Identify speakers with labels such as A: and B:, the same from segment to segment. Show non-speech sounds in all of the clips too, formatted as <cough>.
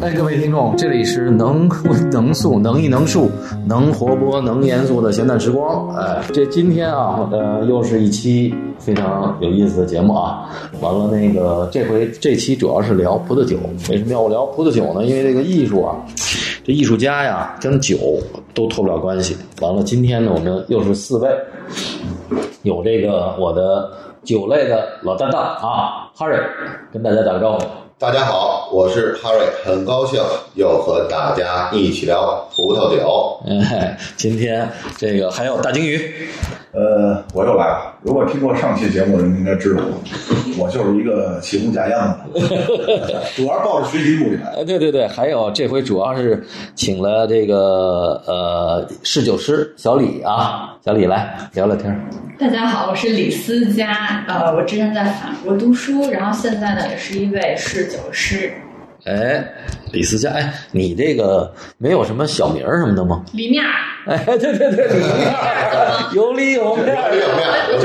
A: 哎，各位听众，这里是能哭能诉能艺能术能活泼能严肃的闲淡时光。哎，这今天啊，呃，又是一期非常有意思的节目啊。完了，那个这回这期主要是聊葡萄酒。为什么要聊葡萄酒呢？因为这个艺术啊，这艺术家呀跟酒都脱不了关系。完了，今天呢，我们又是四位，有这个我的酒类的老搭档啊，哈瑞，跟大家打个招呼。
B: 大家好，我是哈瑞，很高兴又和大家一起聊葡萄酒。
A: 哎，今天这个还有大鲸鱼，
C: 呃，我又来了。如果听过上期节目的人应该知道我，我就是一个起哄假秧的，主要是抱着学习目的来。
A: 哎，对对对，还有这回主要是请了这个呃侍酒师小李啊，小李来聊聊天儿。
D: 大家好，我是李思佳，呃，我之前在法国读书，然后现在呢也是一位侍酒师，
A: 哎，李思佳，哎，你这个没有什么小名儿什么的吗？
D: 李面儿，
A: 哎，对对对，李面儿，有理有面
B: 哎
A: 儿
B: 呦，
D: 我
B: 有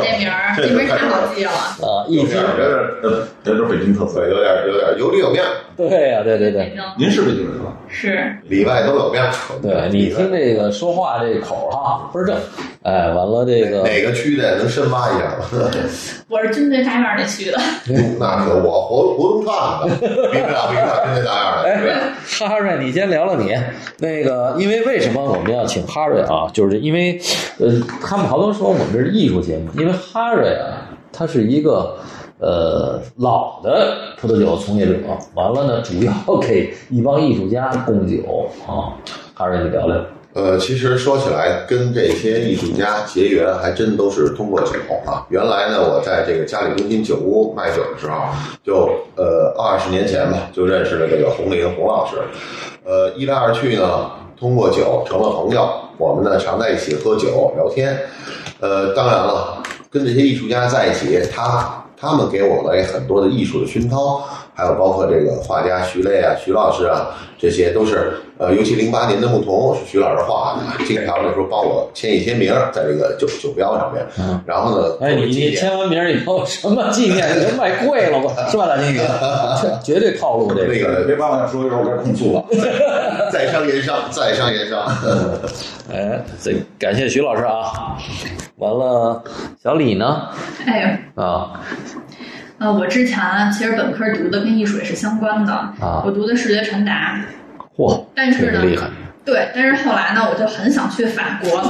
B: 点
D: 别喜欢这名儿，这名儿太好记了，
A: 啊，一
B: 有
A: 听
B: 点，有点，
C: 呃，有点北京特色。
B: 对，有点，有点有里有面，
A: 对呀、对对对
D: 北。京
C: 您是北京人吧？
D: 是
B: 里外都有面。
A: 对你听这个说话这口儿哈倍儿正，哎，完了这个
B: 哪个区的能深挖一下吗？
D: 我是军队大院儿那区的， <laughs>
B: 那可我活活动串的，比不了，比不了，真的那样的。
A: 哎，哈瑞，你先聊聊你那个，因为为什么我们要请哈瑞啊？就是因为，呃，他们好多人说我们这是艺术节目，因为哈瑞啊，他是一个呃老的葡萄酒从业者，完了呢，主要给一帮艺术家供酒啊。哈瑞，你聊聊。
B: 呃，其实说起来，跟这些艺术家结缘，还真都是通过酒啊。原来呢，我在这个嘉里中心酒屋卖酒的时候，就呃二十年前吧，就认识了这个洪林洪老师。呃，一来二去呢，通过酒成了朋友。我们呢常在一起喝酒聊天。呃，当然了，跟这些艺术家在一起，他他们给我了很多的艺术的熏陶，还有包括这个画家徐磊啊、徐老师啊，这些都是呃，尤其零八年的牧童是徐老师画的，经常那时候帮我签一些名儿在这个酒酒标上面。
A: 嗯
B: 然后呢，
A: 哎，你你签完名以后什么纪念？你这卖贵 <laughs> 了吧？是吧，大金鱼？这绝对套路这个。
B: 那
C: 呃
B: 个
C: 别把我再说，一会儿我该控诉了。
B: 在商言商，在商言商。
A: 哎，这感谢徐老师啊。完了，小李呢？
D: 哎呦。
A: 啊，
D: 呃，我之前啊其实本科读的跟艺术也是相关的，
A: 啊
D: 我读的视觉传达，
A: 嚯，
D: 但是
A: 这
D: 呢
A: 个厉害，
D: 对，但是后来呢，我就很想去法国，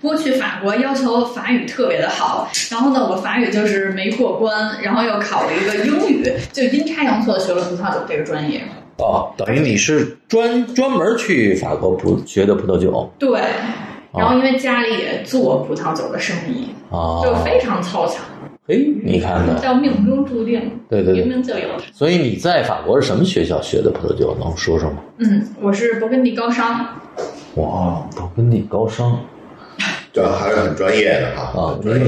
D: 不过去法国要求法语特别的好，然后呢，我法语就是没过关，然后又考了一个英语，就阴差阳错学了葡萄酒这个专业。
A: 哦，等于你是专专门去法国葡学的葡萄酒
D: 对，
A: 哦
D: 然后因为家里也做葡萄酒的生意，
A: 啊？
D: 就非常凑巧，
A: 嘿，你看看，
D: 叫命中注定，
A: 对对
D: 明
A: 对。
D: 明就有。
A: 所以你在法国是什么学校学的葡萄酒？能说说吗？
D: 嗯，我是勃艮第高商，
A: 哇，勃艮第高商
B: 这还是很专业的哈。
A: 啊！你你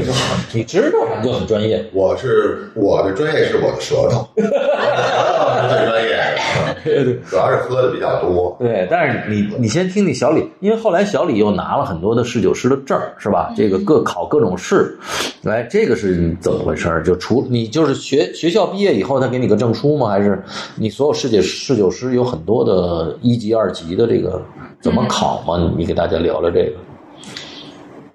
A: 你知道什么就很专业。
B: 我是我的专业是我的舌 <laughs> 头，我是最专业的，
A: 对对
B: 主要是喝的比较多。
A: 对，但是你你先听听小李，因为后来小李又拿了很多的侍酒师的证儿，是吧？这个各考各种试，来，这个是怎么回事儿？就除你就是学学校毕业以后，他给你个证书吗？还是你所有侍酒侍酒师有很多的一级、二级的这个怎
B: 嗯
A: 么考吗？你你给大家聊聊这个。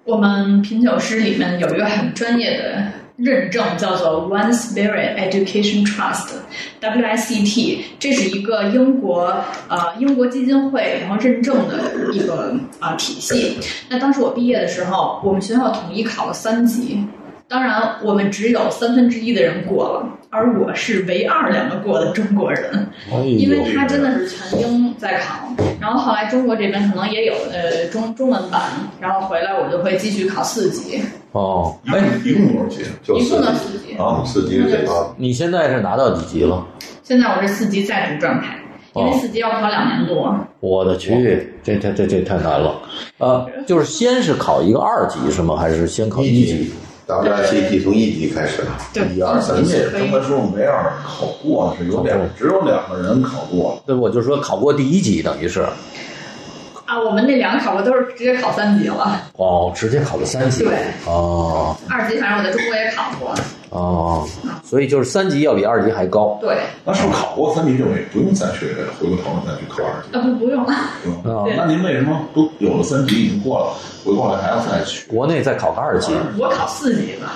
D: 我们品酒师里面有一个很专业的认证，叫做 One Spirit Education Trust（WSET），这是一个英国呃英国基金会然后认证的一个啊、呃体系。那当时我毕业的时候，我们学校统一考了三级。当然，我们只有三分之一的人过了，而我是唯二两个过的中国人。
A: 哎
D: 因为它真的是全英在考，然后后来中国这边可能也有呃中中文版，然后回来我就会继续考四级，
A: 哦，
C: 哎，一共多少级？
B: 就
D: 一
B: 四
D: 共
B: 级
D: 的四级。
C: 啊，
B: 四级这帮
A: 你现在是拿到几级了？
D: 现在我是四级在读状态，因为
A: 哦
D: 四级要考两年多。
A: 我的去，这这这这太难了，呃，就是先是考一个二级是吗？还是先考
B: 一
A: 一
B: 级，WSET 从一级开始，
D: 对，
B: 一二三
C: 咱
B: 四，
C: 这刚才说我们没让人考过的是有两，只有两个人考过了。
A: 对，我就说考过第一级，等于是
D: 啊，我们那两个考过都是直接考三级了，
A: 哦，直接考了三级。
D: 对
A: 哦，
D: 二级反正我在中国也考过，
A: 哦，所以就是三级要比二级还高。
D: 对，
C: 那是不是考过三级就也不用再去回过头再去考二级？
D: 啊不不用了，
C: 是吧
A: 啊
D: 对
C: 那您为什么都有了三级已经过了，回过来还要再去？
A: 国内再考个二级，
D: 我考四级嘛。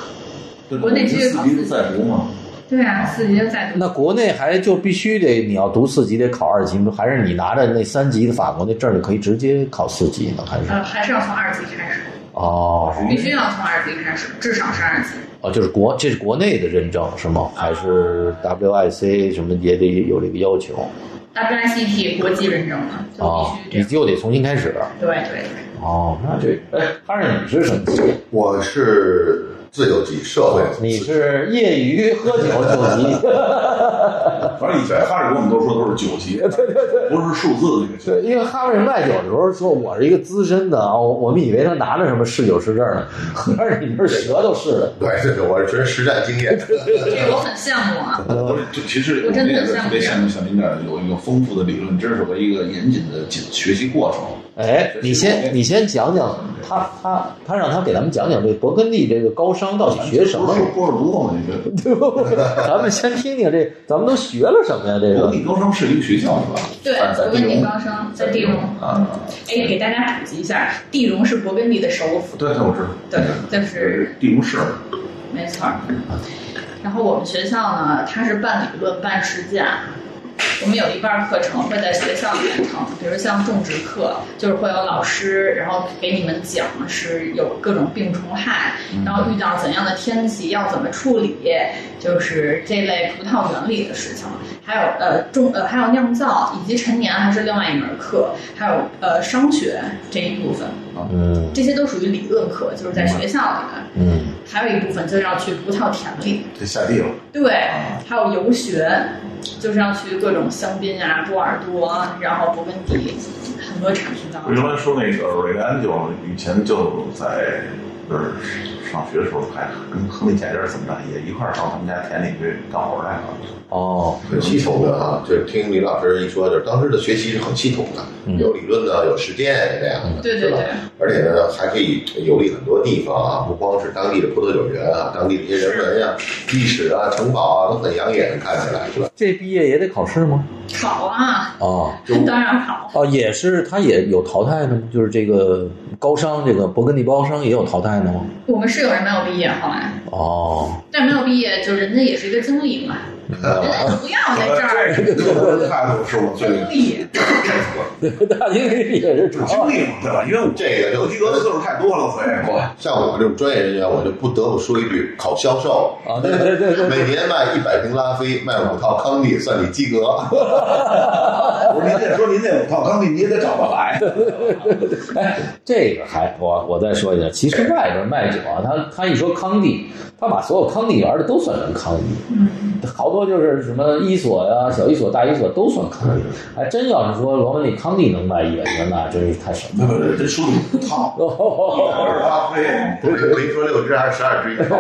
C: 对
D: 国内只有
C: 四级不在读吗？
D: 对啊，四级就再读。
A: 那国内还就必须得你要读四级得考二级吗，还是你拿着那三级的法国那证儿就可以直接考四级呢？还是
D: 呃，还是要从二级开始，
A: 哦
D: 必须要从二级开始，至少是二级。
A: 哦，就是国这是国内的认证是吗？还是 WIC 什么也得有这个要求
D: WICT 国际认证嘛，就
A: 哦，
D: 必
A: 你
D: 须这样。
A: 就得重新开始
D: 对对对，
A: 哦。那这哎，但是你是什么级？
B: 我是自由级，社会
A: 你是业余喝酒九级，
C: 反正以前哈尔滨我们都说都是九级，对对对，不是数字的那个
A: <laughs>
C: 级。
A: 对，因为哈维卖酒的时候说我是一个资深的啊，我我们以为他拿着什么试酒师证呢， <laughs> 合着你们是舌头试的。
B: 对对对，我是纯实战经 <laughs> 验。
D: 这个我很羡慕啊。
C: 都是就其实我们也是特别羡慕像您这样有一个丰富的理论知识和一个严谨的紧学习过程。
A: 哎，你先你先讲讲他他他让他给咱们讲讲这勃艮第这个高商到底学什
C: 不
A: 么
C: 是
A: 了 <laughs>
C: 说，不是不动的那个，
A: 对不？咱们先听听这咱们都学了什么呀？这
C: 国
A: 个
C: 立高中是一个学校是吧？
D: 对，
C: 啊在
D: 勃
C: 地
D: 艮第
C: 荣
D: 高升在地荣。
C: 啊，
D: 哎，给大家普及一下，地荣是勃艮第的首府。
C: 对，我知道，
D: 对，就是
C: 地荣市，
D: 没错儿。然后我们学校呢，它是办理论办实践。我们有一半儿课程会在学校里面上，比如像种植课，就是会有老师，然后给你们讲是有各种病虫害，然后遇到怎样的天气要怎么处理，就是这类葡萄园里的事情。还有呃种呃还有酿造以及陈年还是另外一门课，还有呃商学这一部分，
A: 嗯
D: 这些都属于理论课，就是在学校里面。
A: 嗯
D: 还有一部分就是要去葡萄田里，
C: 这下地了。
D: 对，还有游学，就是要去各种香槟啊、波尔多，然后勃艮第很多产区的。
E: 我原来说那个瑞安就以前就在那儿上学的时候，还跟亨利家人怎么着也一块儿上他们家田里去干活来了。
A: 哦
B: 很系统的啊，就是听李老师一说，就是当时的学习是很系统的，有理论的，有实践这样的，
D: 对对
B: 是吧
D: 对，
B: 而且呢，还可以有利很多地方啊，不光是当地的葡萄酒园啊，当地的一些人文啊、历史啊、城堡啊，都很养眼，看起来是吧？
A: 这毕业也得考试吗？
D: 考啊，
A: 哦
D: <laughs> 当然考。
A: 哦，也是，他也有淘汰的吗？就是这个高商，这个勃艮第高商也有淘汰的吗？
D: 我们是有人没有毕业，后来，
A: 哦，
D: 但没有毕业，就人家也是一个经历嘛，
B: 啊
A: 嗯
D: 人家不
A: 啊
D: 要在这儿
C: 这个态度是我最
D: 经历。
A: 大经理也是主
C: 有经历嘛，对吧？因为我
B: <laughs> 这个就
C: 我及格的次数太多了，所以我
B: 像我这种专业人员，我就不得不说一句，考销售
A: 啊，对对对对，
B: 每年卖一百瓶拉菲，卖五套康帝，算你
A: <laughs>
B: 及格。
C: 我说您这说您这五套钢笔，你也得找着来。
A: 哎，这个还我我再说一下，其实外边卖酒啊，他他一说康帝，他把所有康帝园的都算成康帝，
D: 嗯，
A: 好多就是什么伊索呀、小伊索、大伊索都算康帝。还真要是说罗曼蒂康帝能卖一百年，那真是太神了。
C: 不不不，这说的五套，
A: 哦，
C: 咖啡。
A: <laughs>
B: 我一说六支还是十二支一套？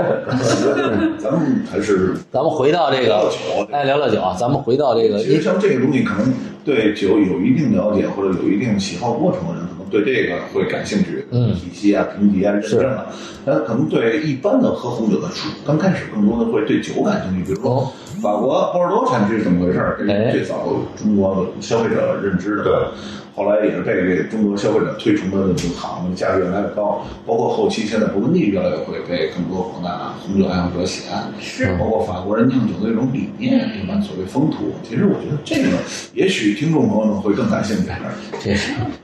C: 咱们还是
A: 咱们回到这
C: 喝
A: 个，
C: 酒。
A: 哎，聊聊酒啊，咱们回到这个，
C: 其实像这个东西，可能对酒有一定了解或者有一定喜好过程的人，可能对这个会感兴趣。
A: 嗯
C: 体系啊、评级啊、认
A: 是
C: 证啊，但可能对一般的喝红酒的初，刚开始更多的会对酒感兴趣。比如
A: 哦
C: 说法国波尔多产区是怎么回事儿？这
A: 哎
C: 是最早中国消费者认知的。
B: 对
C: 后来也是被这中国消费者推崇的这个行业价格越来越高，包括后期现在勃艮第越来越会被更多广大红酒爱好者喜爱。
D: 是
C: 包括法国人酿酒的一种理念，一般所谓风土。其实我觉得这个，也许听众朋友们会更感兴趣。 <laughs>
A: 这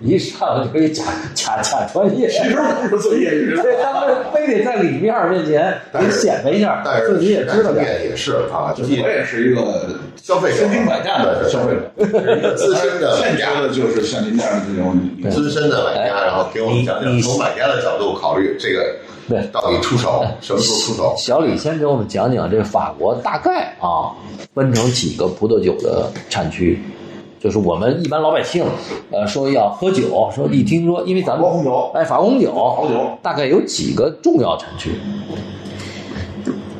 A: 一上就给假假假专业，
C: 其实我是最业余的，
A: 这当时非得在里面面前给显摆一下
B: 但，是
A: 自己也知道
B: 实战经
A: 点。
B: 验也是啊，就
C: 我
B: 是
C: 也是一个
B: 消费者
C: 身经百战的消费者，
B: 一个资深的
C: 欠
B: 买
C: 缺
B: 家，
C: 的就是像您这样的这种。
B: 资深的买家，然后给我们讲
A: 哎你
B: 讲
A: 你
B: 从买家的角度考虑这
A: 对哎
B: 个到底出手什么时候出手。
A: 小李先给我们讲讲这法国大概啊分成几个葡萄酒的产区，就是我们一般老百姓呃说要喝酒，说一听说，因为咱
C: 法国
A: 们
C: 红酒，
A: 哎法国红
C: 好
A: 酒
C: 酒，
A: 大概有几个重要产区，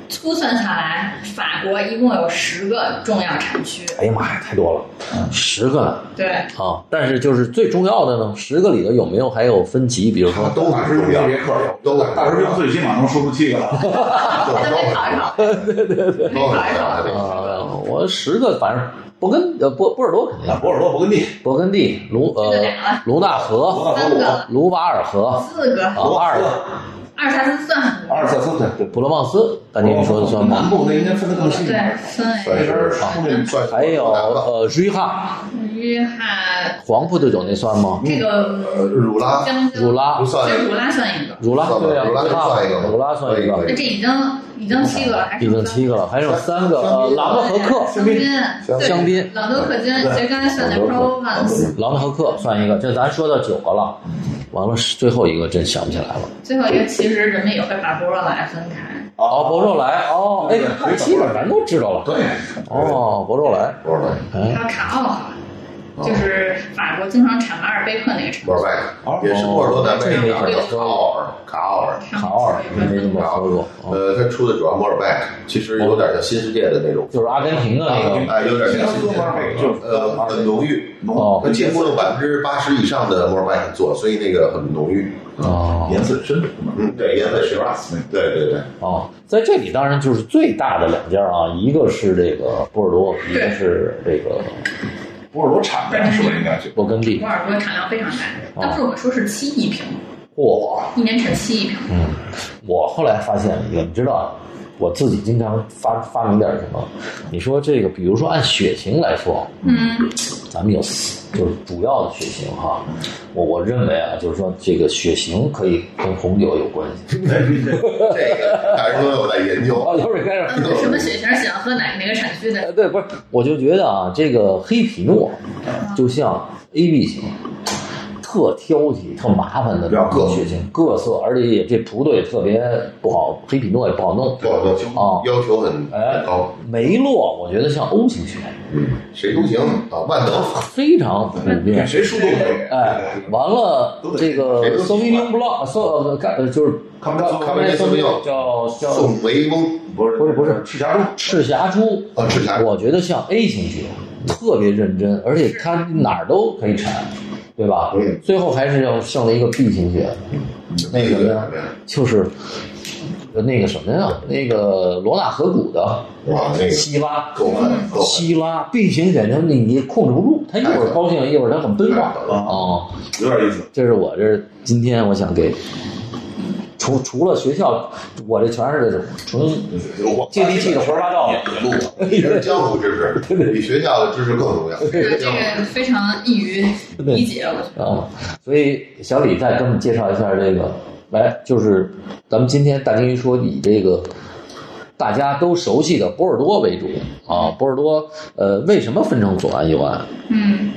D: 粗算下来，法国一共有十个重要产区。
A: 哎呀妈呀，太多了，嗯十个呢
D: 对，
A: 啊！但是就是最重要的呢，十个里头有没有还有分级？比如说，
B: 都
C: 大师
B: 是
C: 兄
B: 重要
C: 这，节课有，
B: 都是
C: 大师兄最起码能说出七个来。
B: 都
D: 但没考上，
B: 都是重要的。
A: 啊，我十个反正勃艮呃波波尔多肯定
C: 啊， <laughs> 博尔多、勃艮第、
A: 勃艮第、卢
D: 这就
A: 呃
D: 俩了
A: 卢纳
C: 罗
A: 河、
C: 纳
D: 哦三
C: 河
D: 个、
A: 卢瓦尔河、
D: 四个，
A: 啊
C: 谷、
A: 阿尔
D: 阿尔萨斯算
C: 阿
D: 很多。
C: 尔萨斯，对对。
A: 普罗旺斯，大姐你说的算
C: 哦南
A: 吗？
C: 部那应该分得更细。
D: 对，分
B: 算
D: 为
B: 是算
A: 还有呃瑞哈
D: 约翰
A: 黄葡萄酒那算吗？
D: 这
A: 嗯
B: 呃
D: 个
B: 乳
A: 啊
B: 拉
D: 将
A: 乳拉
B: 不算
D: 这乳拉算一个，
A: 乳拉
B: 算吧
A: 对啊，
B: 乳拉就算一个吧
A: 乳拉算一
B: 可以可
A: 个
B: 以，
D: 那这已经已经七个了，还
A: 嗯
D: 是
A: 已经七个了，还剩三个呃朗德河克、
D: 香槟，对
A: 香槟
D: 朗德克金，其实刚才算的 Provence，
A: 朗德河克算一个，这咱说到九个了，完了是最后一个真想不起来了。
D: 最后一个其实人们也会把波若莱分开，
A: 哦，博若莱，哦，哎
C: 对，对
A: 基本咱都知道了。
C: 对，
A: 哦，博若莱，
B: 波尔多
A: 哎，
D: 还有卡奥哈，就是法国经常产马尔贝克那个城
B: 波尔
D: 市，
B: 拜也是波尔多南边一个卡奥尔，卡奥尔。
A: 卡奥尔没
D: 对
A: 那么说过，哦
B: 呃，他出的主要摩尔拜，其实有点像新世界的那种，
A: 就是阿根廷的那个，
B: 哎，有点像新世界
C: 摩尔
B: 的
C: 贝克就是
B: 呃，很浓郁，
A: 哦
B: 它几乎有百分之八十以上的摩尔拜肯做，所以那个很浓郁。
A: 哦
E: 颜色深嘛，
B: 嗯，对，颜色是吧？对对对，
A: 哦，在这里当然就是最大的两家啊，一个是这个波尔多，一个是这个
C: 博尔多产的是不是应该是？
A: 勃艮第
D: 波。尔多产量非常大，
A: 哦
D: 当时我们说是七亿瓶，
A: 嚯，
D: 一年产七亿瓶，
A: 嗯，啊我后来发现一个，你知道啊，我自己经常发发明点什么。你说这个，比如说按血型来说，
D: 嗯，
A: 咱们有四，就是主要的血型哈。我我认为啊，就是说这个血型可以跟红酒有关系。
B: 这个大师兄有在研究，
A: 哦，有点开始。
D: 嗯什么血型喜欢喝哪哪个产区的
A: 呃，对，不是，我就觉得啊，这个黑皮诺就像 A B 型，特挑剔、特麻烦的
C: 比较各
A: 血型各色，而且也这葡萄也特别不好，黑皮诺也不好弄。啊
B: 波尔
A: 哦
B: 多要求很很高，
A: 梅洛，我觉得像 O 型血，
B: 谁都行啊，万能。
A: 非常普遍。
C: <laughs> 谁输都可以。
A: 哎，完了
C: 都，得
A: 这
B: 谁
A: 个
B: 都喜
A: 搜
B: 欢
A: 明明布朗，搜呃，干呃就是
C: 康贝
A: 康
B: 贝
A: 搜
B: 索明
A: 叫叫
B: 宋维翁
C: 不是
A: 不是不是
C: 赤霞珠，
A: 赤霞珠，
B: 啊，赤霞
A: 我觉得像 A 型血，特别认真，而且他哪儿都可以产，对吧？
B: 嗯
A: 最后还是要剩了一个 B 型血，那个呢就是呃那个什么呀，那个罗纳河谷的
B: 哇，那个
A: 希拉。
B: 够狠，够狠，
A: 希拉 B 型血，你你控制不住，他一会儿高兴，一会儿他很奔放
B: 太狠
A: 啊。
B: 了
A: 哦
C: 有点意思。
A: 这是我这是今天我想给，除除了学校，我这全是纯接地气的胡说八道。
C: 录
B: 你是江湖知识，比学校的知识更重要。
D: 对这
B: 江湖
D: 个非常易于理解，我觉得。
A: 啊，所以小李再给我们介绍一下这个，来，就是咱们今天大金鱼说以这个大家都熟悉的波尔多为主啊，波尔多呃为什么分成左岸右岸？
D: 嗯，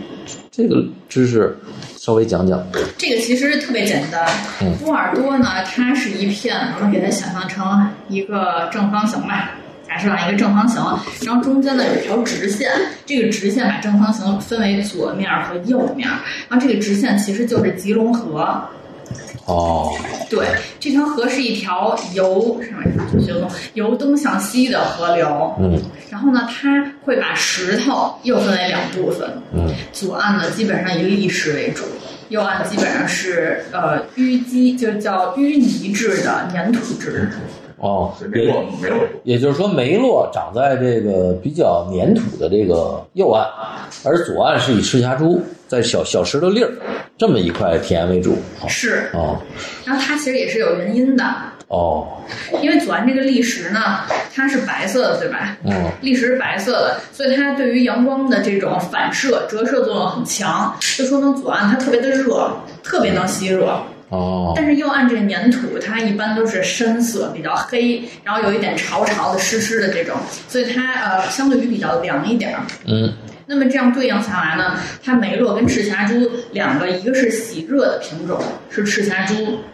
A: 这个知识稍微讲讲。
D: 这个其实特别简单
A: 嗯。
D: 波尔多呢，它是一片，我们给它想象成一个正方形吧，假设啊一个正方形，然后中间呢有一条直线，这个直线把正方形分为左面和右面，然后这个直线其实就是吉隆河。
A: 哦，
D: 对，这条河是一条由什么由东由东向西的河流。
A: 嗯
D: 然后呢，它会把石头又分为两部分，
A: 嗯，
D: 左岸呢基本上以砾石为主，右岸基本上是呃淤积，就叫淤泥质的粘土质。
A: 哦，
C: 没录没录。
A: 也就是说，梅洛长在这个比较粘土的这个右岸，而左岸是以赤霞珠在小小石头粒儿这么一块田为主。
D: 是，
A: 哦
D: 然后它其实也是有原因的，
A: 哦，
D: 因为左岸这个砾石呢，它是白色的，对吧？
A: 嗯，
D: 砾石是白色的，所以它对于阳光的这种反射、折射作用很强，就说明左岸它特别的热，特别能吸热。
A: 哦，
D: 但是右岸这个粘土，它一般都是深色，比较黑，然后有一点潮潮的、湿湿的这种，所以它呃相对于比较凉一点儿。
A: 嗯，
D: 那么这样对应下来呢，它梅洛跟赤霞珠两个，一个是喜热的品种，是赤霞珠，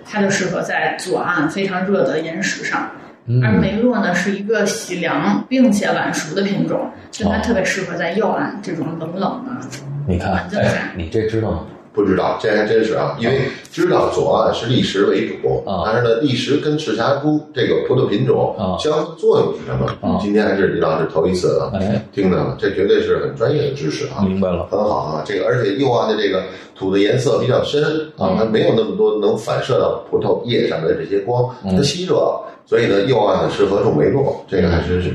D: 它就适合在左岸非常热的岩石上。
A: 嗯
D: 而梅洛呢是一个喜凉并且晚熟的品种，所以它
A: 哦
D: 特别适合在右岸这种冷冷的
A: 你看
D: 环境下。
A: 你这知道吗？
B: 不知道，这还真是啊，因为知道左岸是砾石为主，
A: 啊
B: 但是呢，砾石跟赤霞珠这个葡萄品种
A: 啊
B: 相互作用是什么？
A: 啊
B: 今天还是李老师头一次啊
A: 哎，
B: 听到了，这绝对是很专业的知识啊。
A: 明白了。
B: 很好啊，这个而且右岸的这个土的颜色比较深啊，
A: 嗯
B: 它没有那么多能反射到葡萄叶上的这些光，
A: 嗯
B: 它吸热，所以呢，右岸呢是合种为重，这个还真是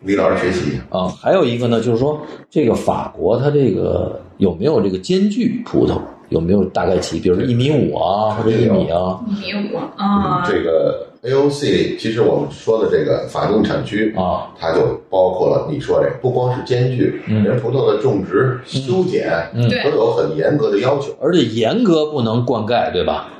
B: 李老师学习
A: 啊，还有一个呢，就是说这个法国它这个有没有这个间距葡萄，有没有大概齐，比如一米五啊，或者一米啊，
D: 一米五
A: 嗯
D: 啊，
B: 这个 AOC，其实我们说的这个法定产区
A: 啊，
B: 它就包括了你说这不光是间距，
A: 嗯
B: 人葡萄的种植、修剪
A: 嗯
D: 对
B: 都有很严格的要求。
A: 而且严格不能灌溉，对吧？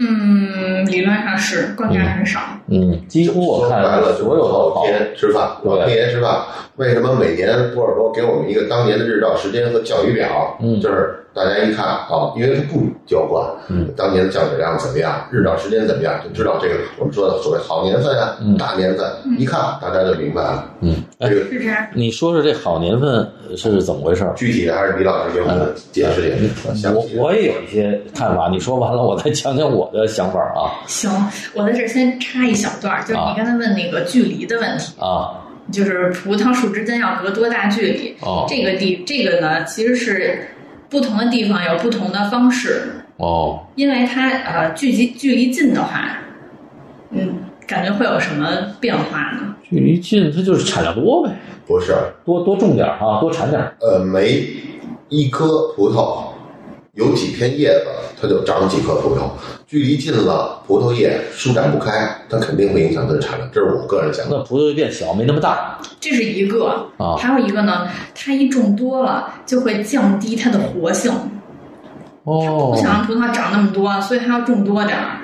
D: 嗯，理论上是灌溉很少，
A: 嗯，几乎我看
B: 说白了，
A: 所有的
B: 老
A: 好，
B: 天吃饭，
A: 对
B: 老天爷吃饭。为什么每年波尔多给我们一个当年的日照时间和降雨表？
A: 嗯
B: 就是大家一看啊，因为它不交换，
A: 嗯，
B: 当年的降水量怎么样，日照时间怎么样，就知道这个我们说的所谓好年份啊，
A: 嗯
B: 大年份，一看大家就明白了。
A: 嗯，哎
B: 这，个
D: 是这样。
A: 你说说这好年份是怎么回事儿？
B: 具体的还是李老师给我们解释解释，详
A: 呃我
B: 细。
A: 我也有一些看法，你说完了，我再讲讲我的想法啊
D: 行，我在这儿先插一小段儿，就是
A: 啊
D: 你刚才问那个距离的问题，
A: 啊
D: 就是葡萄树之间要隔多大距离？
A: 哦
D: 这个地这个呢，其实是不同的地方有不同的方式，
A: 哦
D: 因为它呃距离距离近的话，嗯，感觉会有什么变化呢？
A: 距离近，它就是产量多呗，
B: 不是，
A: 多多种点儿啊，多产点儿
B: 呃，每一颗葡萄有几片叶子，它就长几颗葡萄。距离近了，葡萄叶舒展不开，它肯定会影响它的产量。这是我个人想的。
A: 那葡萄就变小，没那么大
D: 这是一个，
A: 啊
C: 哦
D: 还有一个呢，它一种多了就会降低它的活性，
A: 哦
D: 不。想让葡萄长那么多，所以它要种多点儿。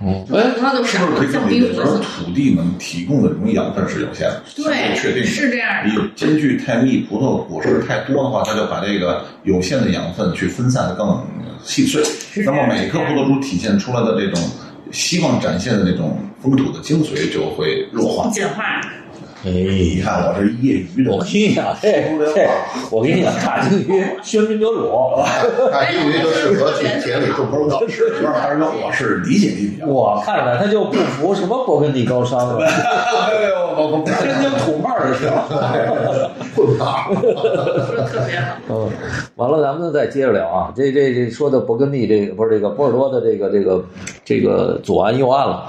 A: 哦
D: 葡萄就是
C: 哎是不是可以这
D: 降
C: 么理
D: 低
C: 解？
D: 活
C: 就是
D: 性，
C: 土地能提供的这种养分是有限的，
D: 对，
C: 确定的
D: 是这样
C: 你
D: 的。
C: 有间距太密，葡萄果实太多的话，它就把这个有限的养分去分散的更细碎。那么每一棵葡萄株体现出来的这种希望展现的那种风土的精髓就会弱化。
D: 简化，
A: 哎
C: 你看，我是业余的
A: 我，跟你 <laughs> 讲，这这，我跟你 <laughs> 讲，大鲸鱼喧宾夺 <laughs> 主。
B: 大金鱼就适合去田里种葡萄。
C: <laughs> 是主要还是我是理解力比较。
A: 我看着他就不服什么勃艮第高山 <laughs> 了，
C: 哎我 <laughs> 我
A: 天津土炮儿行。
D: 说的特别
A: <laughs>
D: 好。
A: 嗯，完了，咱们再接着聊啊。这这这说的勃艮第这个不是这个波尔多的这个这个这个左岸右岸了。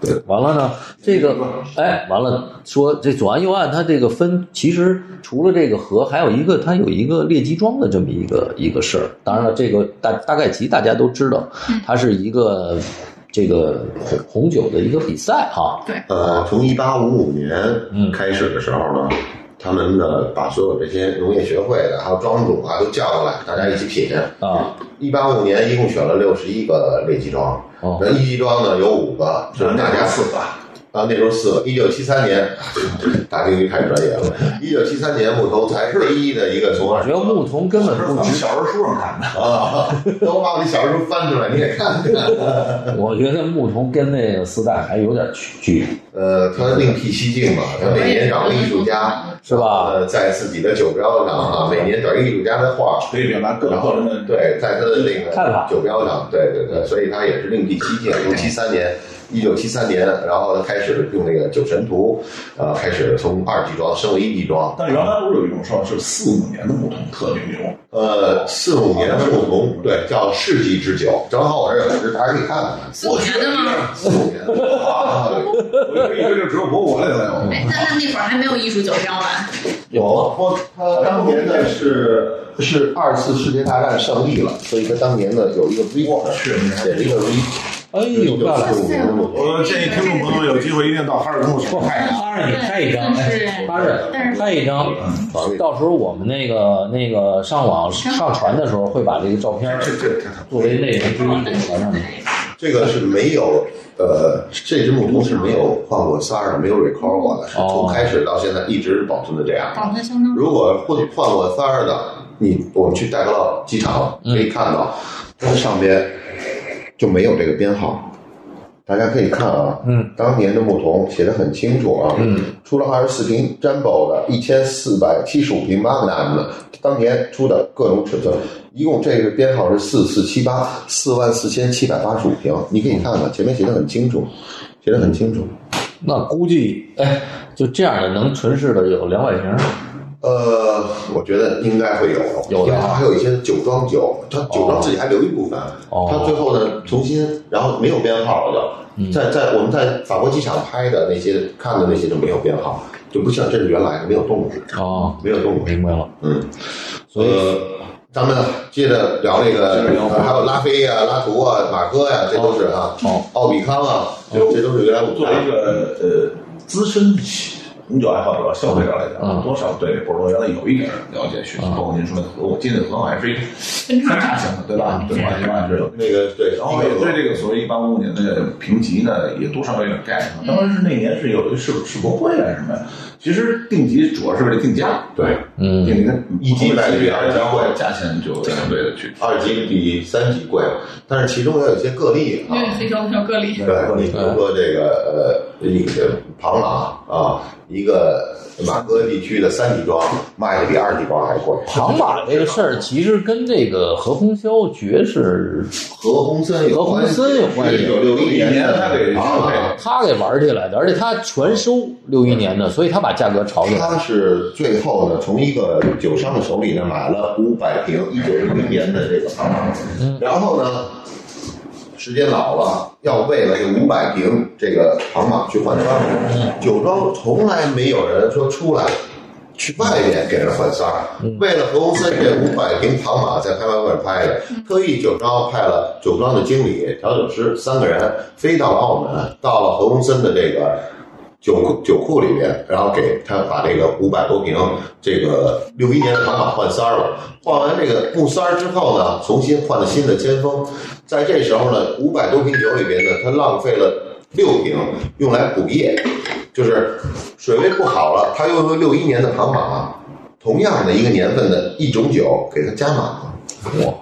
A: 对，完了呢，这个哎，完了说这左岸右岸它这个分，其实除了这个河，还有一个它有一个列级庄的这么一个一个事儿。当然了，这个大大概齐大家都知道，它是一个这个红红酒的一个比赛哈、
D: 对，
B: 呃，从一八五五年
A: 嗯
B: 开始的时候呢，他们呢把所有这些农业学会的还有庄主啊都叫过来，大家一起品。
A: 啊。
B: 一八五年一共选了六十一个类集庄，
A: 哦
B: 那一级庄呢有五个，是大家
C: 四个，
B: 啊，那时候四个，一九七三年，大鲸鱼太专业了。一九七三年，木头才是唯一的一个从
A: 我
B: 二
A: 觉得牧童根本
C: 是
A: 不
C: 我们
A: 值，
C: 小人书上看的。
B: 啊，等我把我那小时候翻出来，你也看看。
A: 我觉得牧童跟那个四代还有点距离。
B: 呃，他另辟蹊径嘛，他每年找个艺术家，
A: 是吧
B: 呃，在自己的酒标上啊，每年找一个艺术家的画，
C: 可以表达各
B: 然
C: 种
B: 后
C: 个人的
B: 对，在他的那
A: 看法
B: 个酒标上，对对对，所以他也是另辟蹊径。从七三年，一九七三年，然后他开始用那个酒神图，呃，开始从二级庄升为一级庄。
C: 但原来不是有一种说是四五年的牧童特别牛，
B: 呃，四五年的牧童，对，叫世纪之酒，正好我这有时大家可以看看。
D: 四五年的吗？
B: 四五年，啊
C: <laughs> 我以为就只有博物馆里才
A: 哦
C: 有。
D: 哎，但那那会儿还没有艺术酒标吧？
A: 有啊
B: 不，他当年呢是是二次世界大战胜利了，所以他当年呢有一个 V，
C: 确实
B: 写了一个 V，
A: 哎呦，漂亮！
B: 四五年的牧童。
E: 我建议听众朋友有机会一定到哈尔滨去看一看。
A: 八十你拍一张，哎，八十拍一张。到时候我们那个那个上网上传的时候，会把这个照片
E: 这这
A: 作为内容之
D: 嗯
A: 一给传上去。
B: 这个是没有，呃，这只牧童是没有换过塞儿的，没有 recall 过的，是从开始到现在一直保存的这样。
D: 保存相当。
B: 如果换换过塞儿的，你我们去戴高乐
A: 嗯
B: 机场可以看到，它的上边就没有这个编号。大家可以看啊，
A: 嗯，
B: 当年的牧童写的很清楚啊，
A: 嗯，
B: 出了二十四瓶詹宝的，一千四百七十五瓶马格纳姆的，当年出的各种尺寸，一共这个编号是四四七八，四万四千七百八十五瓶，你可以看看前面写的很清楚，写的很清楚。
A: 那估计哎，就这样的能存世的有两百瓶，
B: 呃，我觉得应该会有，
A: 有的啊
B: 因为它还有一些酒庄酒，它酒庄自己还留一部分，
A: 哦
B: 它最后呢重新，然后没有编号了就，在在我们在法国机场拍的那些看的那些就没有编号，就不像这是原来的没有动过，
A: 哦，
B: 没有动过，
A: 明白了，
B: 嗯，
A: 所以
B: 呃咱们接着聊那个，呃还有拉菲啊、拉图啊、马哥呀、这都是啊，
A: 哦
B: 奥比康啊，这这都是原来我们
E: 作为一个呃资深红酒爱好者、消费者来
A: 嗯
E: 讲，多少对波罗原来有一点了解学习，
A: 嗯
E: 包括您说的和我记得和还是一个
D: 分叉
E: 三叉型的，对吧？对吧？一般是有。
B: 那个对，
E: 然
C: 哦
E: 后也对这个所谓一八五五年的评级呢，也多少有点 get。当然是那年是有是世博会啊什么呀。其实定级主要是为了定价，
B: 对
A: 嗯
E: 定一个
B: 一级百里二级贵
E: 价钱就相对的去。
B: 二级比三级贵，但是其中也有一些个例啊
D: 因。为非洲没有个例，
B: 对，你比
A: 嗯
B: 如说这个呃，一个庞朗啊，一个马哥地区的三级庄卖的比二级庄还贵。
A: 庞马这个事儿其实跟这个何鸿燊绝是
B: 和洪森有关系，
A: 和洪森有关系
B: 一九六一年
E: 他给
A: 啊
B: 庞朗，
A: 他给玩起来的，而且他全收六一年的，所以他把价格炒起来。
B: 他是最后呢从一个酒商的手里呢买了五百瓶一九六零年的这个庞朗，然后呢。时间老了，要为了这五百瓶这个庞马去换三儿。酒庄从来没有人说出来去外边给人换三儿。为了何鸿燊这五百瓶庞马在拍卖会拍的，特意酒庄派了酒庄的经理、调酒师三个人飞到了澳门，到了何鸿燊的这个。酒库酒库里边，然后给他把这个五百多瓶这个六一年的马马换三儿了，换完这个木三儿之后呢，重新换了新的先锋，在这时候呢，五百多瓶酒里边呢，他浪费了六瓶用来补液，就是水位不好了，他又用六一年的唐马，同样的一个年份的一种酒给它加满了，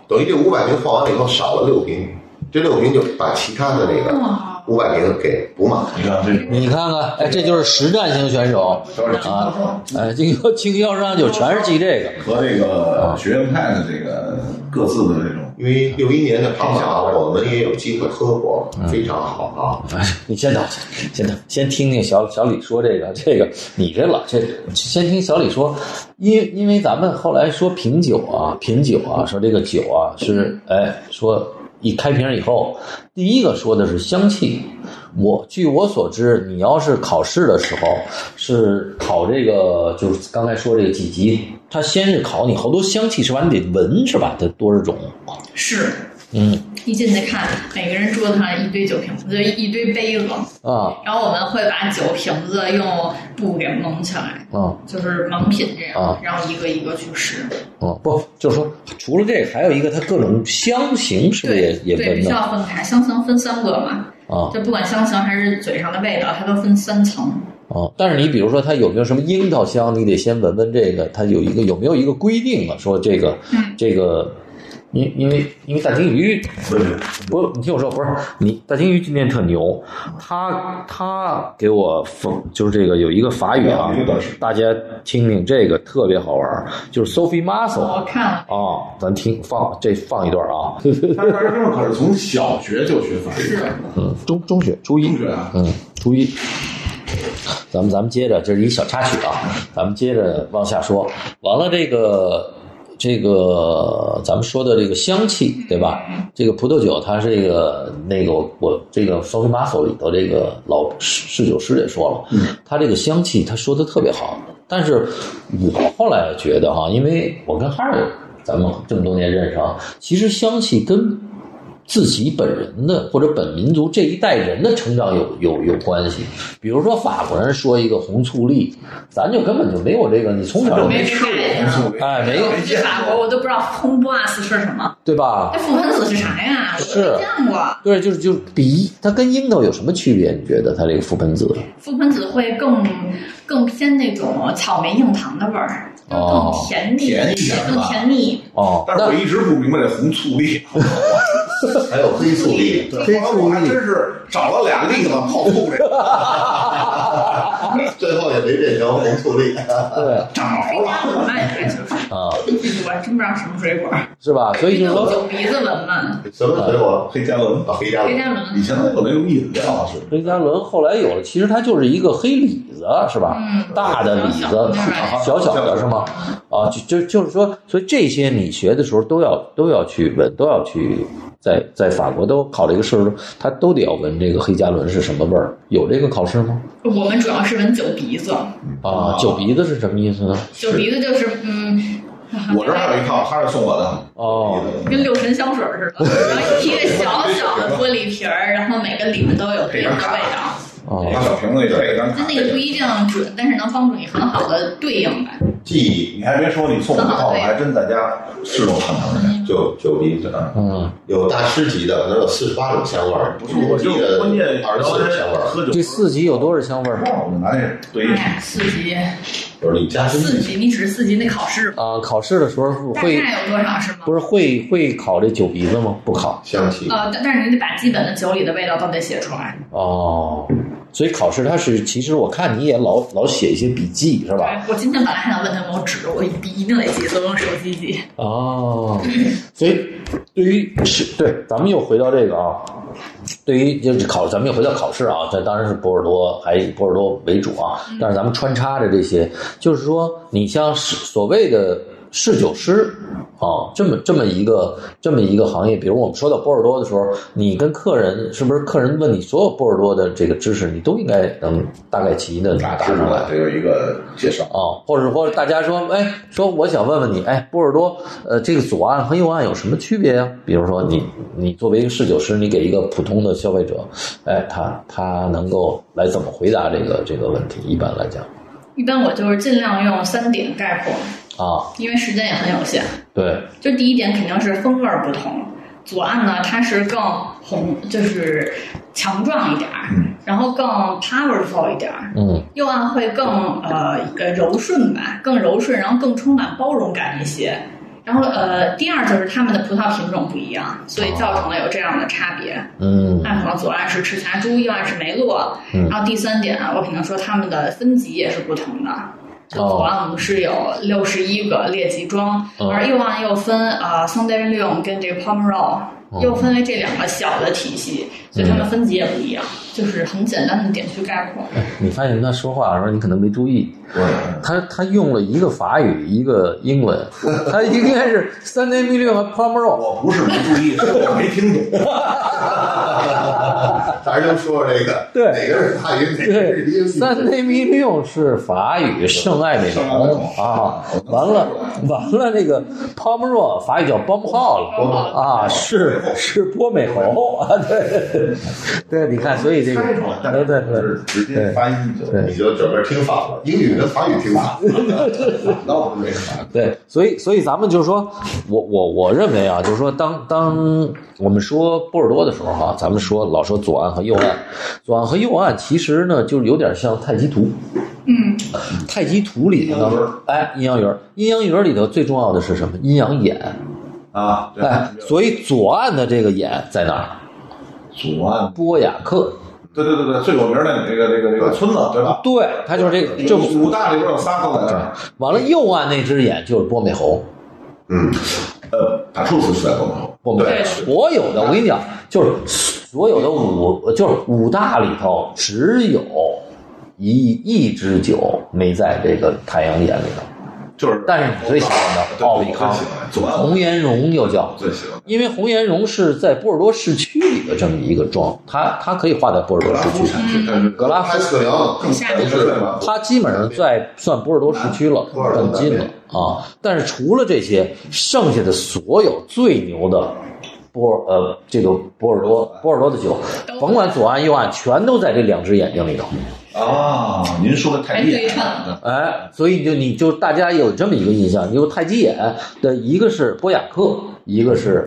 B: 等于这五百瓶换完了以后少了六瓶，这六瓶就把其他的那个
D: 哇，
B: 五百瓶给补满了。
E: 你看这
A: 你看看，哎，这就是实战型选手
E: 都是经销商。
A: 啊！哎，经销 <laughs> 经销商就全是记这个。
E: 和这个学院派的这个各自的这种，
B: 因为六一年的庞马，我们也有机会喝过，非常好啊。
A: 哎， <laughs> 你先等，先等，先听听小小李说这个这个，你这老这先听小李说，因因为咱们后来说品酒啊，品酒啊，说这个酒啊是哎说一开瓶以后，第一个说的是香气。我据我所知，你要是考试的时候是考这个，就是刚才说这个几级，他先是考你好多香气是吧？你得闻是吧？得多少种？
D: 是
A: 嗯
D: 一进去看，每个人桌子上一堆酒瓶子，就一堆杯子，
A: 啊
D: 然后我们会把酒瓶子用布给蒙起来，
A: 啊。
D: 就是盲品这样，
A: 啊
D: 然后一个一个去试。
A: 哦，不，就是说，除了这个，还有一个它各种香型是不是也
D: 对
A: 也啊
D: 对，必
A: 闻
D: 须
A: 呢？
D: 要分开，香型分三个嘛，
A: 啊
D: 就不管香型还是嘴上的味道，它都分三层。
A: 啊！但是你比如说，它有没有什么樱桃香，你得先闻闻这个，它有一个有没有一个规定啊？说这个
D: 嗯
A: 这个，因因为因为大金鱼不，你听我说，不是你大金鱼今天特牛，他他给我封就是这个有一个法语啊
E: 有一个短视，
A: 大家听听这个特别好玩儿，就是 Sophie Muscle
D: 我
A: 啊、
D: 看了，
A: 咱听放这放一段啊，
E: 他这儿可是从小学就学法
D: 是
E: 律，
A: 嗯，中中学初一
E: 中学啊，
A: 嗯，初一。咱们咱们接着，这是一小插曲啊，咱们接着往下说。完了，这个这个咱们说的这个香气，对吧？这个葡萄酒，它这个那个我我这个《双飞马索》里头这个老侍侍酒师也说了，他这个香气他说的特别好。但是我后来觉得哈、因为我跟哈尔咱们这么多年认识啊，其实香气跟自己本人的或者本民族这一代人的成长有有有关系。比如说法国人说一个红醋栗，咱就根本就没有这个，你从小就
D: 没
A: 没
D: 吃过，
A: 哎没有
D: 我去法国，我都不知道红布 s 是什么，
A: 对吧
D: 那？覆盆子是啥呀？
A: 是
D: 我没见过。
A: 对，就是就是比它跟樱桃有什么区别？你觉得它这个覆盆子？
D: 覆盆子会更更偏那种草莓硬糖的味儿，就
A: 哦
D: 更甜腻，
E: 甜一点是吧
D: 更甜腻。
A: 哦，
E: 但是我一直不明白这红醋栗，
B: 还有黑醋栗，
E: 这黄瓜我还真是找了俩栗子泡醋这个，
B: 最后也没变成红醋
A: <laughs>
B: 栗。
A: 对
E: 长毛了。
D: 哎我卖出去了，
A: 啊，
D: 我还真不知道什么水果。
A: 是吧？所以就是
D: 有
A: 说，
D: 酒鼻子闻嘛，
B: 什么水果？
C: 黑加仑
B: 啊，黑加
D: 黑
B: 仑。
D: 加仑
C: 以。前都有那种饮
E: 啊
C: 料是
A: 黑加仑后来有了，其实它就是一个黑李子，啊是吧？
D: 嗯
A: 大的李子，小
C: 小
A: 小
C: 小
A: 的是吗？啊，就就就是说，所以这些你学的时候都要都要去闻，都要去在在法国都考了一个试的时候，他都得要闻这个黑加仑是什么味儿，有这个考试吗？
D: 我们主要是闻酒鼻子，
A: 啊，酒鼻子是什么意思呢？
D: 酒鼻子就是嗯，
C: 我这儿还有一套，哈是送我的，
A: 哦，
D: 跟六神香水似的，然后一个小小的玻璃瓶儿，然后每个里面都有不一样的味道。
A: 哦，
C: 拿小瓶子里配一张
D: 就
C: 卡
D: 那。个不一定准，但是能帮助你很好的对应吧。
B: 记忆
C: 你还别说，你送我这套，我还真在家试过看看人家。
B: 就酒鼻子，
A: 嗯，
B: 有大师级的，可能有四十八种香味儿，
E: 不是，我就
B: 记得
E: 关键
B: 二十四种香味儿，
E: 喝酒
A: 这四级有多少香味儿？
C: 我就拿这对一
D: 哎，四级，
B: 就是你加深
D: 四级，你指四级那考试吧，
A: 啊，考试的时候
D: 大
A: 会
D: 概有多少是吗
A: 不？是会会考这酒鼻子吗？不考
B: 香气。
D: 呃，但但是你得把基本的酒里的味道都得写出来，
A: 哦，所以考试它是其实我看你也老老写一些笔记是吧？
D: 对，我今天本来还想问他们，我指着我一一定得记，所以我用手机记。
A: 哦，所以对于是对，咱们又回到这个啊，对于就是考，咱们又回到考试啊，这当然是波尔多还以波尔多为主啊，但是咱们穿插着这些，就是说你像是所谓的。侍酒师啊，这么这么一个这么一个行业，比如我们说到波尔多的时候，你跟客人是不是客人问你所有波尔多的这个知识，你都应该能大概齐的
C: 大
A: 答
C: 致
A: 上来
C: 吧，。这有一个介绍。
A: 哦，或者说大家说，哎，说我想问问你，哎，波尔多，呃，这个左岸和右岸有什么区别呀、比如说你，你作为一个侍酒师，你给一个普通的消费者，哎，他他能够来怎么回答这个这个问题？一般来讲，
D: 一般我就是尽量用三点概括，
A: 啊，
D: 因为时间也很有限。
A: 对，
D: 就第一点肯定是风味儿不同，左岸呢它是更红，就是强壮一点儿，然后更 powerful 一点儿，
A: 嗯，
D: 右岸会更呃呃柔顺吧，更柔顺，然后更充满包容感一些。然后呃，第二就是他们的葡萄品种不一样，所以造成了有这样的差别。
A: 嗯，
D: 那可能左岸是赤霞珠，右岸是梅洛。
A: 嗯
D: 然后第三点啊，我可能说他们的分级也是不同的。
A: 哦
D: 就左岸我们是有六十一个列级庄，
A: 嗯
D: 而右岸又分呃 s a n d e r l o n 跟这个 Pomerol
A: 嗯
D: 又分为这两个小的体系，所以他们分级也不一样，
A: 嗯
D: 就是很简单的点去概括。
A: 你发现他说话的时候，你可能没注意，
C: 对，
A: 他他用了一个法语，一个英文，他应该是三年米六和 Pomerol，
C: 我不是没注意，是我没听懂。
B: 咱就说这个，
A: 对
B: 哪个是大云，哪个是英
A: 对，<laughs>
B: 语？
A: 三内米六是法语圣爱美容啊，完了完了，那个 p o m e r o 法语叫 b o m h a
D: 包
A: l 啊，是是波美侯啊，对对对，你看，所以这个
C: 猜出来，但
A: 对对对
C: 是直接发音就
A: 对
B: 你就整个听反了，英语跟法语听反了。
C: 那不是没啥。
A: 对，所以所以咱们就是说，我我我认为啊，就是说当当我们说波尔多的时候哈、咱们说老说左岸和右岸，左岸和右岸其实呢就是有点像太极图，
D: 嗯，
A: 太极图里头
C: 阴阳鱼儿
A: 呢，哎，阴阳鱼儿，阴阳鱼儿里头最重要的是什么？阴阳眼，
C: 啊，对
A: 哎，所以左岸的这个眼在哪儿？
C: 左岸，
A: 波雅克，
C: 对对对对，最有名的那个那个那个村子，对吧？
A: 对，它就是这个，这不
C: 五大里边有仨都在那儿，
A: 完了，右岸那只眼就是波美侯。
B: 嗯，
C: 呃，打处是在广州，
A: 波美
D: 对
A: 侯，所有的我跟你讲，就是所有的五，就是五大里头只有一一支酒没在这个太阳眼里头，
C: 就是
A: 但是你最喜欢的奥利康
C: 最喜欢左岸
A: 红颜荣又叫
C: 最喜欢。
A: 因为红颜绒是在波尔多市区里的这么一个庄，它它可以划在波尔
C: 格
A: 多
C: 拉
A: 市
C: 夫
A: 区，
C: 产区，但是
A: 格拉
B: 还
A: 夫，
B: 测量更
D: 下面
B: 不是
C: 吧？
A: 它基本上在算波尔多市区了，很近了啊。但是除了这些，剩下的所有最牛的波尔呃这个波尔多波尔多的酒，甭管左岸右岸，全都在这两只眼睛里头。
C: 啊，您说的太厉害
D: 还对
C: 了，
A: 哎，所以你就你就大家有这么一个印象，有太极眼的一个是波雅克，一个是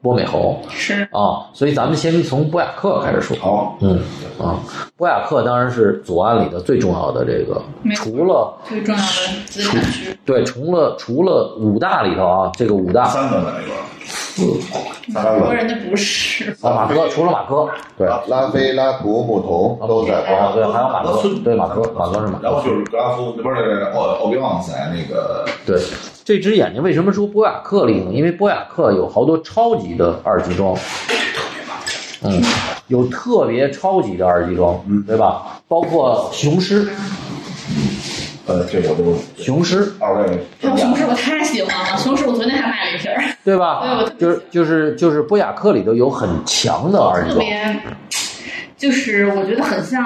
A: 波美侯。
D: 是
A: 啊，所以咱们先从博雅克开始说。
C: 好，
A: 嗯，啊，博雅克当然是左岸里的最重要的这个
D: 没，错
A: 除了
D: 最重要的资产区。
A: 对，除了除了五大里头啊，这个五大
C: 三个在里边，
A: 四
D: 法国人的不是。
A: 啊，马哥，除了马哥，
B: 对，拉菲、拉图、牧童都在哦
A: 啊，
B: 黄
A: 对，还有马
C: 格
A: 哥，
C: 孙
A: 对，马哥，马哥是马
C: 然
A: 哥。
C: 后就是格拉夫，不是奥奥比旺在那个
A: 对，这只眼睛为什么说博雅克利呢？因为博雅克有好多超级的二级装，嗯，有特别超级的二级装，嗯，对吧？包括雄狮，
C: 呃，这我都
A: 雄狮，
C: 二位
D: 还有雄狮，我太喜欢了，雄狮我昨天还买了一瓶儿，
A: 对
D: 哎
A: 吧
D: 我？
A: 就是就是就是博雅克里头有很强的二级
D: 特
A: 装，
D: 别，就是我觉得很像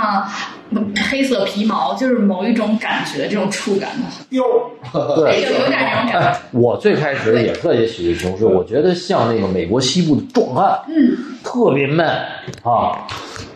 D: 嗯黑色皮毛，就是某一种感觉，这种触感的，
A: 对。
D: 有有点那种感觉。
A: 哎，我最开始也特别喜欢雄狮，我觉得像那个美国西部的壮汉，
D: 嗯，
A: 特别 man 啊，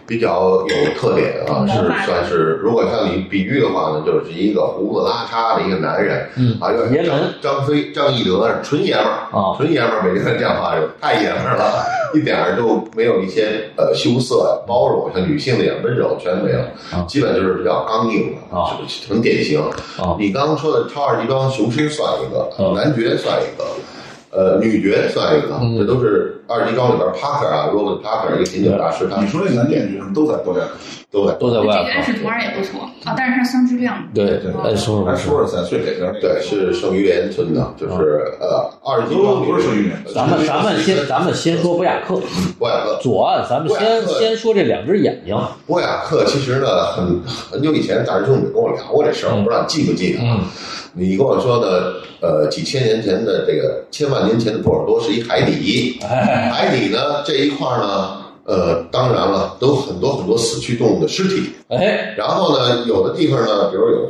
B: 比较有特点啊，
D: 嗯
B: 是算是，如果像你比喻的话呢，就是一个胡子拉碴的一个男人，
A: 嗯
B: 啊，有点
A: 爷们
B: 张飞、张翼德是纯爷们儿
A: 啊
B: 纯爷们儿，北京人这样话就太爷们儿了， <laughs> 一点儿都没有一些呃羞涩呀、包容，像女性的一点温柔全没有，
A: 啊
B: 基本就是比较刚硬的，
A: 啊
B: 就是很典型。
A: 啊
B: 你刚刚说的超二级装，雄狮算一个，
A: 嗯
B: 男爵算一个。呃，女爵算一个，
A: 嗯
B: 这都是二级装里边 Parker 啊，Robert Parker 一个品酒大师，他
C: 你说这男店主都在多亚克，
B: 都在
A: 都在
D: 这
A: 外
D: 个
A: 边
D: 爱。是图案也不错啊，但是它酸质量
A: 对
C: 对，
A: 哎，说
C: 还
A: 说
C: 说是在最北边那个，
B: 对，是圣于连村的，就是呃二十多
C: 不不是圣于连
A: 嗯咱们咱们先咱们先说博雅克，
B: 博雅克，
A: 左岸咱们先
B: 博雅克
A: 先说这两只眼睛，
B: 博雅克其实呢，很很久以前大师兄你跟我聊过这事儿，我不知道你记不记得
A: 嗯
B: 啊？你跟我说的，呃，几千年前的这个千万年前的波尔多是一海底，
A: 哎
B: 海底呢这一块儿呢，呃，当然了，都有很多很多死去动物的尸体，
A: 哎，
B: 然后呢，有的地方呢，比如有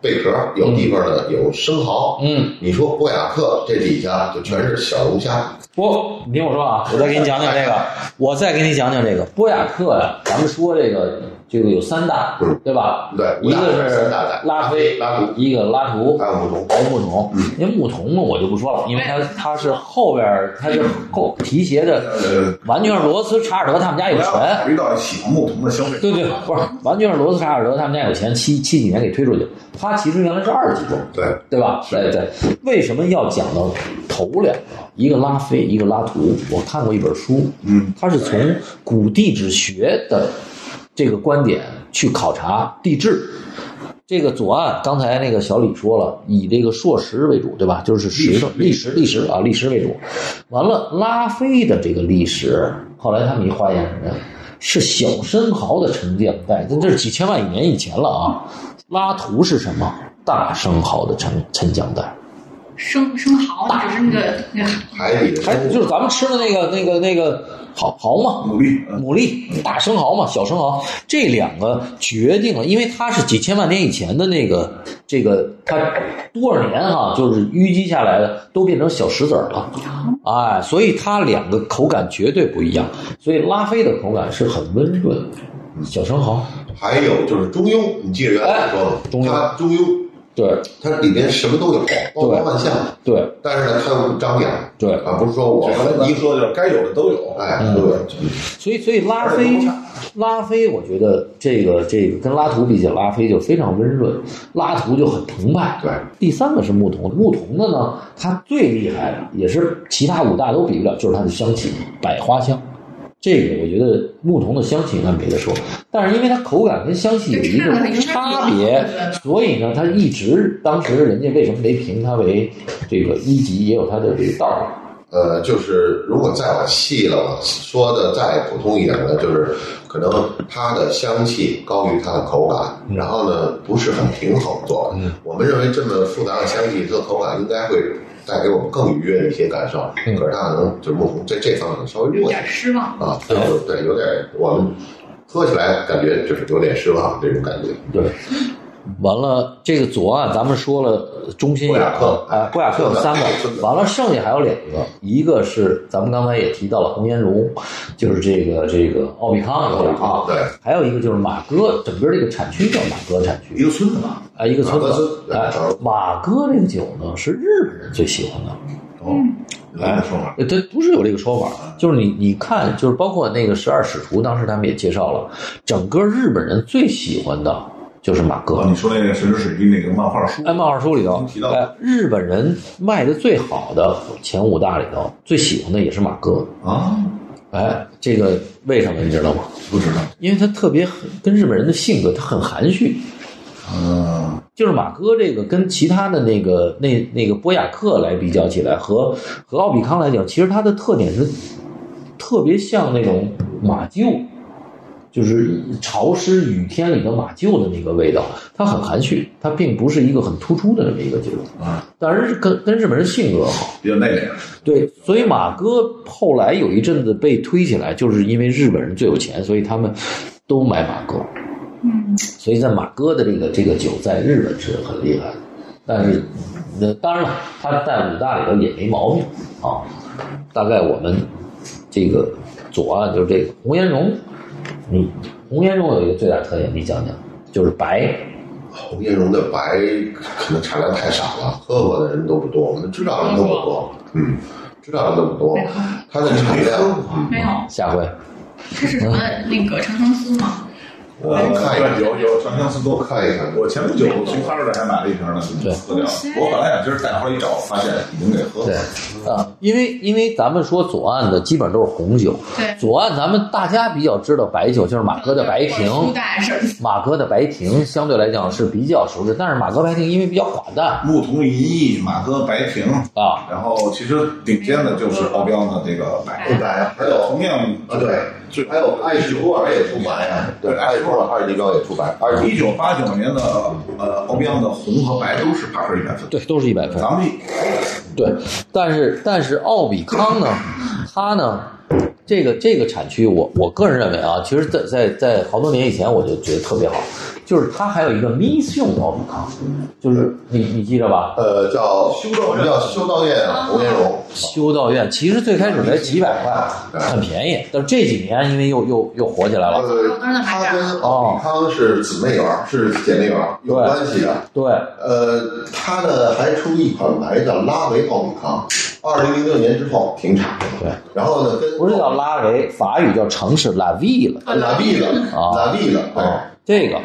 B: 贝壳，有地方呢有生蚝，
A: 嗯，
B: 你说博雅克这底下就全是小龙虾。
A: 不，你听我说啊，我再给你讲讲这个，我再给你讲讲这个博雅克呀，咱们说这个这个有三大
B: 嗯，
A: 对吧？
B: 对
A: 一个是
B: 三大代
A: 拉菲，
B: 拉图
A: 一个拉图，
B: 还有牧童，
A: 毛木桶，因为木桶我就不说了，因为它它是后边儿它是后提携的，
C: 呃，
A: 完全是罗斯查尔德他们家有
C: 不要
A: 钱
C: 考，虑到喜欢牧童的消费，
A: 对对，不是完全是罗斯查尔德他们家有钱，七七几年给推出去，他其实原来是二级装，
B: 对，
A: 对吧？对对，为什么要讲到头两个？一个拉菲，一个拉图。我看过一本书，
C: 嗯，
A: 它是从古地质学的这个观点去考察地质。这个左岸，刚才那个小李说了，以这个硕石为主，对吧？就是石头、砾石、砾石啊，砾石为主。完了，拉菲的这个砾石，后来他们一化验什么呀？是小生蚝的成酱带，那这是几千万年以前了啊。拉图是什么？大生蚝的沉沉酱带，
D: 生生蚝，啊只是那个
A: 嗯
D: 那个
B: 海底的
A: 还
B: 生物
A: 就是咱们吃的那个那个那个蚝蚝嘛，
C: 努力，嗯
A: 牡蛎、大生蚝嘛，小生蚝，这两个决定啊了，因为它是几千万年以前的那个这个，它多少年哈、就是淤积下来的，都变成小石子儿了，哎，所以它两个口感绝对不一样，所以拉菲的口感是很温润的，小生蚝，
B: 还有就是中庸，你记着原来说吗？
A: 哎中庸
B: 它中庸，
A: 对
B: 它里面什么都有，包罗万象，
A: 对
B: 但是呢，它又不张扬，
A: 对，
B: 啊，不是说我
C: 我刚才
B: 们
C: 一
B: 一
C: 说就是该有的都有，
B: 哎
A: 嗯，
B: 对，
A: 所以所以拉菲，拉菲，我觉得这个这个跟拉图比起来，拉菲就非常温润，拉图就很澎湃。
B: 对，
A: 第三个是牧童，牧童的呢，它最厉害的也是其他五大都比不了，就是它的香气，百花香。这个我觉得牧童的香气应该没得说，但是因为它口感跟香气有一个差别，所以呢，它一直当时人家为什么没评它为这个一级，也有它的这个道理。
B: 呃，就是如果再往细了往说的再普通一点呢，就是可能它的香气高于它的口感，然后呢不是很平衡做的。我们认为这么复杂的香气和口感应该会带给我们更愉悦的一些感受，
A: 嗯
B: 可是它可能就是不同在这方面稍微弱
D: 有
B: 一点
D: 点失望。
B: 啊，就是对，有点我们喝起来感觉就是有点失望这种感觉。
A: 对，完了这个左岸咱们说了中心
B: 布
A: 眼
B: 雅克
A: 哎，布雅克有三个，完了剩下还有两个，一个是咱们刚才也提到了红颜绒，就是这个这个奥比康有点
D: 哦
A: 啊，
B: 对，
A: 还有一个就是马哥，整个这个产区叫马哥产
C: 一
A: 区，
C: 个村子嘛，
A: 啊，一个村
B: 马哥
A: 子，
B: 村
A: 哎
B: 嗯，
A: 马哥这个酒呢是日本人最喜欢的，
C: 哦，
A: 嗯
C: 有这个说法，
A: 呃，它不是有这个说法，就是你你看，就是包括那个十二使徒，当时他们也介绍了，整个日本人最喜欢的就是马哥。
C: 哦，你说那个神之水滴那个漫画书，
A: 哎，漫画书里头
C: 提，到
A: 哎，日本人卖的最好的前五大里头，最喜欢的也是马哥。
C: 啊，
A: 哎，这个为什么你知道吗？
C: 不知道，
A: 因为他特别很跟日本人的性格，他很含蓄。
C: 嗯，
A: 就是马哥这个跟其他的那个那那个波雅克来比较起来，和和奥比康来讲，其实他的特点是特别像那种马厩，就是潮湿雨天里的马厩的那个味道。它很含蓄，它并不是一个很突出的这么一个角色
C: 啊。
A: 当然是跟跟日本人性格好，
C: 比较内敛，啊
A: 对，所以马哥后来有一阵子被推起来，就是因为日本人最有钱，所以他们都买马哥。
D: 嗯，
A: 所以在马哥的这个这个酒在日本是很厉害的，但是，那当然了，他在五大里头也没毛病啊。大概我们这个左岸就是这个红岩榕，你红岩榕有一个最大特点，你讲讲，就是白，
B: 红艳榕的白可能产量太少了，喝过的人都不多，我们知道的人都不多，嗯，知道的人都不多，它的产量，嗯
D: 没有，
A: 啊下回
D: 这是什么
A: 嗯
D: 那个长相思吗？
B: 我看一看
C: 对，有有长相思多看。
B: 看一看，
C: 我前不久去哈尔滨还买了一瓶呢，
A: 对
C: 喝掉了。我本来想今儿带回来一找，发现已经给喝
A: 对
C: 了。
A: 啊，因为因为咱们说左岸的基本都是红酒，
D: 对，
A: 左岸咱们大家比较知道白酒就是马哥的白
D: 我出
A: 瓶，
D: 大事儿，
A: 马哥的白瓶相对来讲是比较熟知，但是马哥白瓶因为比较寡淡
C: 牧童银翼、马哥白瓶，
A: 啊，
C: 然后其实顶尖的就是奥标的这个白
B: 不白啊，还有
C: 同样
B: 啊对，
C: 最
B: 还有爱士波尔也出白啊，对，爱士波尔、二级标也出白，二级
C: 一九八九年的呃奥标的红和白都是帕克一百分。
A: 对，都是一百分。
C: 咱们
A: 对，但是但是奥比康呢，它呢，这个这个产区我，我个人认为啊，其实在在在好多年以前我就觉得特别好，就是它还有一个 mission 奥比康，就是你你记着吧，
B: 呃叫我们叫修道院
D: 啊
B: 红艳
D: 哦
B: 榕，
A: 修道院其实最开始才几百块，很便宜，但是这几年因为又又又火起来了，
B: 呃，它跟奥比康是姊妹园儿，是姐妹园儿，有
A: 对
B: 关系的。
A: 对，
B: 呃，它呢还出一款白叫拉维奥米康，二零零六年之后停产了。
A: 对，
B: 然后呢跟
A: 不是叫拉维，法语叫城市 La Ville。
B: 拉比了，
A: 啊
B: 拉比了，哎
A: 啊
B: 对，，
A: 这个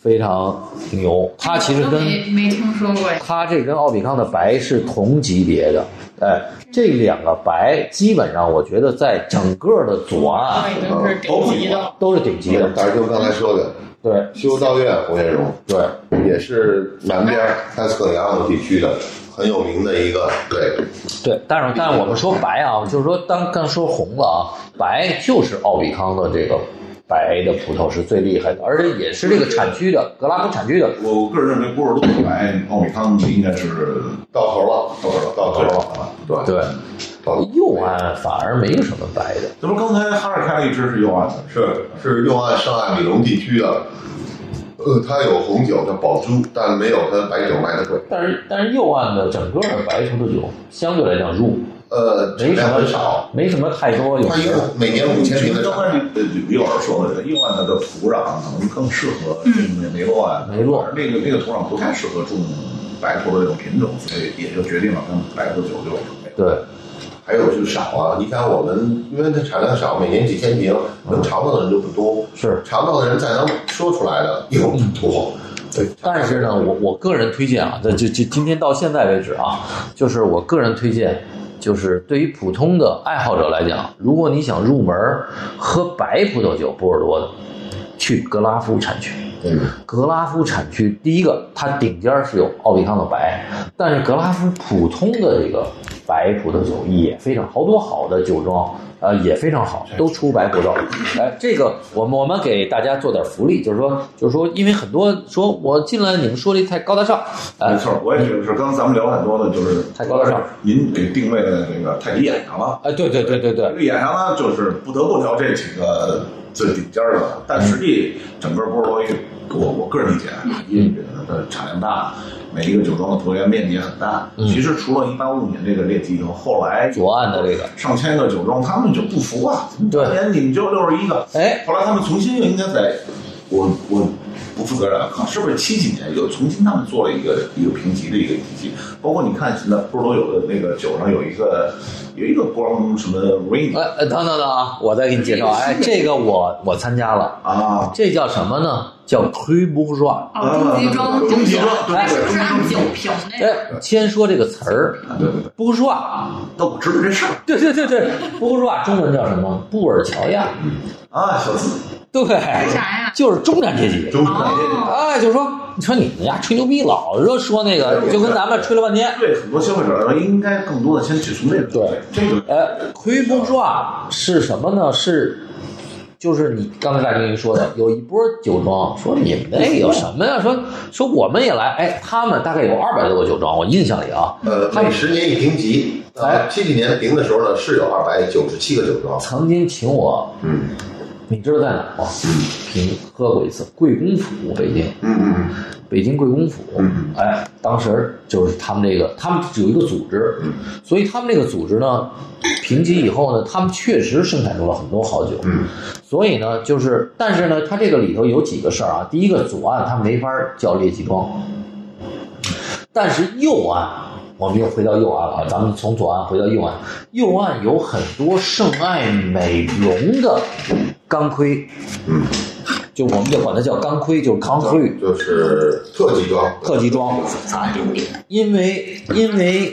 A: 非常牛，它其实
D: 嗯我都
A: 跟
D: 没没听说过呀。
A: 它这跟奥比康的白是同级别的，哎，这两个白基本上我觉得在整个的左岸
D: 已经是顶级的了，
A: 都是顶级的，
B: 但是就刚才说的
A: 对
B: 修道院红艳榕
A: 对，
B: 也是南边塞斯克里亚诺地区的很有名的一个，对，
A: 对，但是但是我们说白啊，就是说当刚说红了啊，白就是奥比康的这个白的葡萄是最厉害的，而且也是这个产区的格拉哥产区的，
C: 我我个人认为波尔多白奥米康应该是
B: 到头了，到头了，到头了啊，对，
A: 对，
B: 到
A: 右岸反而没有什么白的，
C: 这不刚才哈尔开了一支是右岸的，
B: 是是右岸上岸比隆地区的。呃，它有红酒叫宝珠，但没有它白酒卖的贵。
A: 但是但是右岸的整个的白葡萄酒相对来讲入
B: 呃，
A: 没
B: 产
A: 什
B: 量
A: 么
B: 很少，，
A: 没什么太多有
B: 它一
A: 名儿
B: 共每年五千瓶的
C: 刚
B: 产
C: 才
B: 量。
C: 呃李老师说的，右岸的土壤啊可能更适合
A: 嗯
C: 种梅洛啊，
A: 梅洛
C: 那个那个土壤不太适合种白葡萄这种品种，所以也就决定了跟白葡萄酒就没有。
A: 对。
B: 还有就是少啊，你想我们，因为它产量少，每年几千瓶，能尝到的人就不多。
A: 是
B: 尝到的人再能说出来的又不多。对，
A: 但是呢，我我个人推荐啊，这这这今天到现在为止啊，就是我个人推荐，就是对于普通的爱好者来讲，如果你想入门儿喝白葡萄酒，波尔多的，去格拉夫产区。
B: 嗯，
A: 格拉夫产区，第一个它顶尖儿是有奥比康的白，但是格拉夫普通的这个白葡萄酒也非常好多好的酒庄，呃也非常好，都出白葡萄。哎，这个我们我们给大家做点福利，就是说就是说，因为很多说我进来你们说的太高大上，
C: 没
A: 哎，
C: 错，我也觉得是。刚才咱们聊很多的，就是
A: 太高大上，
C: 您给定位的这个太给眼上了。
A: 哎对对对对对
C: 这，个眼上呢，就是不得不聊这几个最顶尖儿的，但实际整个波尔多，我我个人理解，
A: 嗯
C: 因为它的产量大，每一个酒庄的葡萄园面积也很大。
A: 嗯
C: 其实除了一八五年这个列级以后，后来
A: 左岸的这个，
C: 上千个酒庄，他们就不服啊，
A: 对
C: 当年你们就六十一个，
A: 哎，
C: 后来他们重新又应该在，我我不负责任啊，是不是七几年又重新他们做了一个一个评级的一个体系？包括你看现在波尔多有的那个酒上有一个有一个光什么 rain
A: 哎
C: <laughs>
A: 哎等等等啊，我再给你介绍，哎，这个我我参加了，
C: 啊，
A: 这叫什么呢？叫 c r b o u r g e
C: 呃
A: o
D: 哦，终极庄
C: 终极庄对
D: 它是不是按酒瓶那个？
A: 哎，先说这个词儿
C: 啊对对对，
A: b o u r g e o
C: 但我知道这事儿
A: 对对对对 b o u r g e o 中文叫什么？布尔乔亚，
C: 啊，小资
A: 对，
D: 为啥呀？
A: 就是中产阶级。
C: 中
D: 哦，
A: 哎，就说你说你们呀吹牛逼，老说说那个，就跟咱们吹了半天。
C: 对很多消费者来说，应该更多的先去从这个
A: 对
C: 这个
A: 呃，亏不赚是什么呢？是，就是你刚才大经理说的，有一波酒庄说你们那有什么呀？说说我们也来，哎，他们大概有二百多个酒庄，我印象里啊，
B: 呃，每十年一评级，
A: 哎
B: 呃，七几年评的时候呢，是有二百九十七个酒庄，
A: 曾经请我，
B: 嗯
A: 你知道在哪儿吗？你喝过一次贵公府，北京，
B: 嗯嗯
A: 北京贵公府，
B: 嗯
A: 哎，当时就是他们这个，他们有一个组织，
B: 嗯
A: 所以他们这个组织呢，评级以后呢，他们确实生产出了很多好酒，
B: 嗯
A: 所以呢，就是，但是呢，它这个里头有几个事儿啊。第一个，左岸它没法叫列级庄，但是右岸，我们又回到右岸
B: 嗯
A: 了啊。咱们从左岸回到右岸，右岸有很多圣爱美容的钢盔，
B: 嗯，
A: 就我们就管它叫钢盔，就是 concrete
B: 嗯，就是特级庄，
A: 特级装。因为因为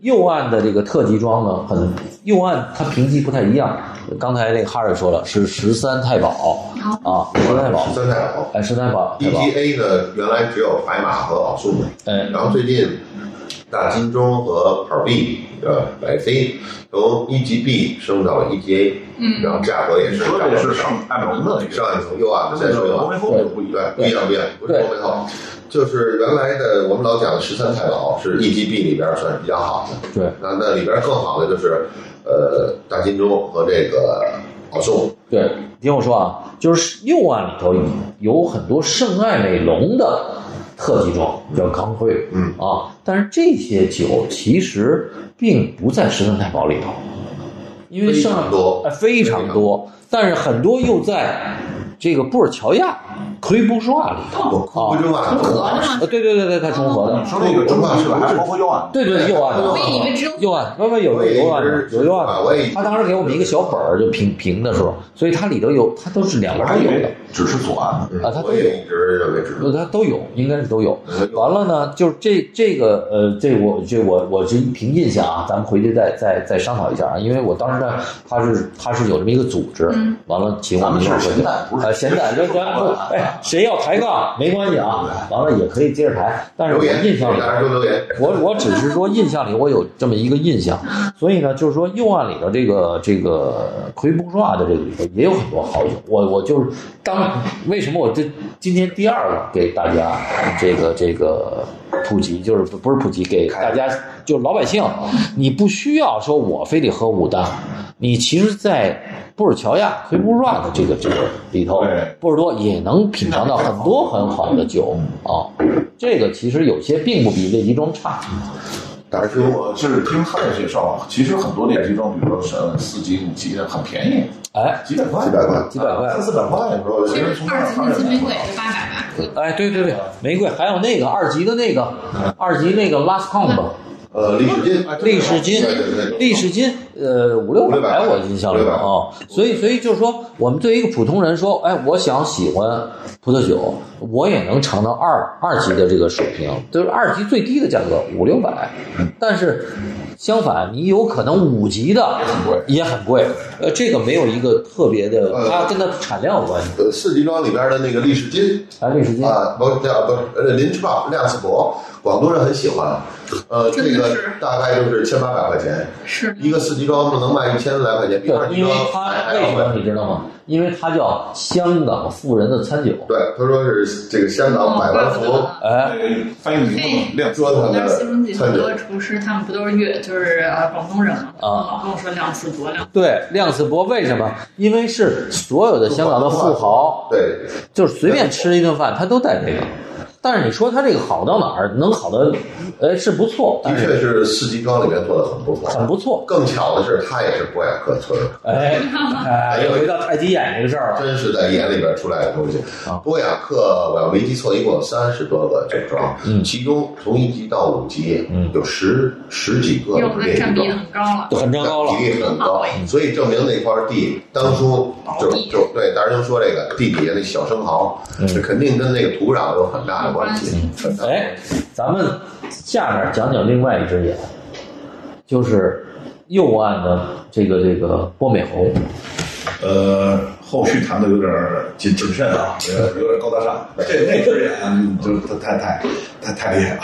A: 右岸的这个特级装呢，很右岸它评级不太一样。刚才那个哈瑞说了，是十三太保啊，十三太保，
B: 三代宝。
A: 哎，十三太保，太保，
B: EGA 呢，原来只有白马和奥数，
A: 哎，
B: 然后最近大金钟和 p 币 B 呃百 C 从 EGB 升到了 EGA，
D: 嗯
B: 然后价格也
C: 你
B: 是
C: 说
B: 涨
C: 的
B: 了
C: 是上按龙的那个，
B: 上一层右岸，
C: 跟
B: 再
C: 那
B: 说
C: 个
B: 右
C: 龙
B: 岸
C: 威，风就不啊一
B: 对
C: 样。，
B: 不一样，不一样，不是
A: 对
B: 罗梅号，就是原来的我们老讲的十三太保是 EGB 里边儿算是比较好的，
A: 对，
B: 那那里边儿更好的就是呃大金钟和这个奥数，
A: 对，你听我说啊，就是右岸里头有很多圣爱美容的特级装，叫康辉，
B: 嗯
A: 啊，但是这些酒其实并不在十三太保里头，因为
B: 非
A: 圣
B: 常多
A: 哎非常多，但是很多又在这个布尔乔亚、奎布舒瓦里头
B: 我库布中啊，
D: 合的吗？
A: 呃，对对对对，它重合的
C: 你，说那个中华是吧？还包括啊右岸，
A: 对对右岸的
D: 我以为只有
A: 右岸，外面有
B: 我也
A: 有右岸
B: 一
A: 的
B: 直
A: 有右岸
B: 啊
A: 的，
B: 我也一直
A: 他当时给我们一个小本儿，就评评的时候，所以它里头有，它都是两
C: 我
A: 边
C: 还
A: 都
C: 以
A: 有的
C: 为。只是左岸呢。
B: 嗯
A: 啊他都
B: 我也一直认为只
A: 呃，它都有，应该是都有。
B: 嗯
A: 完了呢，就是这这个呃，这我这我我这凭印象啊，咱们回去再再再商讨一下啊，因为我当时呢，他是他是有这么一个组织，
D: 嗯
A: 完了请我们一块儿
C: 咱
A: 回去
C: 们是闲谈不是
A: 呃闲谈，咱咱不哎，谁要抬杠没关系啊，完了也可以接着抬，但是
B: 留
A: 我
B: 言，
A: 印象里
B: 给大家说留言，
A: 我我只是说印象里我有这么一个印象，所以呢，就是说右岸里的这个这个奎布抓的这个里头也有很多好酒。我我就是当为什么我这今天第二个给大家这个这个普及，就是不是普及给大家，就是老百姓，你不需要说我非得喝五单，你其实，在布尔乔亚奎布抓的这个这个里头
C: 对，
A: 波尔多也能品尝到很多很好的酒啊。这个其实有些并不比列级庄差。
B: 打
C: 其实
B: 修。
C: 我就是听他的介绍，啊其实很多练习装，比如说呃四级、五级的，很便宜，
A: 哎，
C: 几百块，
B: 几百块
A: 几百块
C: 三四百块。有时候
D: 其
C: 其
D: 实
C: 实从
D: 二级的
C: 二
D: 金玫瑰
C: 百
D: 是八百吧？
A: 哎，对对对，玫瑰，还有那个二级的那个，二级那个 last comp，
B: 呃，李世金，啊
A: 利士金
B: 对对对对，
A: 利士金，呃，五六
B: 五六百
A: 百，我印象里
B: 五六
A: 啊、
B: 百
A: 所以，所以就是说，我们对于一个普通人说，哎，我想喜欢葡萄酒，我也能尝到二二级的这个水平，就是二级最低的价格五六百，但是相反，你有可能五级的也很贵，呃，这个没有一个特别的，
B: 呃
A: 它跟它产量有关系。
B: 呃，四级庄里边的那个利士金
A: 哎，利士金，
B: 啊，不是叫不是呃林芝堡亮斯伯，广东人很喜欢。呃，这
D: 真的
B: 个
D: 是
B: 大概就是千八百块钱，
D: 是
B: 一个四级庄能卖一千来块钱，比二
A: 对，
B: 级
A: 因为
B: 庄
A: 它
B: 还
A: 为什
B: 要
A: 么
B: 贵。
A: 你知道吗？因为它叫香港富人的餐酒。
B: 对，他说是这个
D: 哦
B: 香港百万富翁
A: 哎，
C: 对，翻译名字量
B: 折腾
D: 但是西
B: 的
D: 风记
B: 餐
D: 很
B: 酒
D: 多。厨师他们不都是粤，就是呃广东人嘛，
A: 啊
D: 老跟我说亮四伯亮，
A: 对，量子博为什么？因为是所有的香港的富豪，
B: 对，
A: 就是随便吃一顿饭，他都带这个。但是你说它这个好到哪儿？能好的，呃，是不错，但
B: 的
A: 是
B: 确是四季糕里面做的很不错。
A: 很不错。
B: 更巧的是，他也是博雅克村儿，
A: 哎，哎，又回到太极眼这个事儿了。
B: 真是在眼里边出来的东西
A: 啊。
B: 博雅克，我要没记错，一共有三十多个酒庄，
A: 嗯
B: 其中从一级到五级，
A: 嗯
B: 有十十几个
D: 用的
B: 这
D: 占比
B: 个
D: 很高了。
A: 很糟糕了，
B: 比例很高，所以证明那块地当初就
D: 地
B: 就对大师兄说这个地底下那小生蚝，
A: 嗯
B: 这肯定跟那个土壤有很大的关系。很大的
A: 哎，咱们下面讲讲另外一只眼，就是右岸的这个这个波美猴。
C: 呃，后续谈的有点儿谨谨慎啊，有点有点高大上。这那只眼就太太太太厉害了。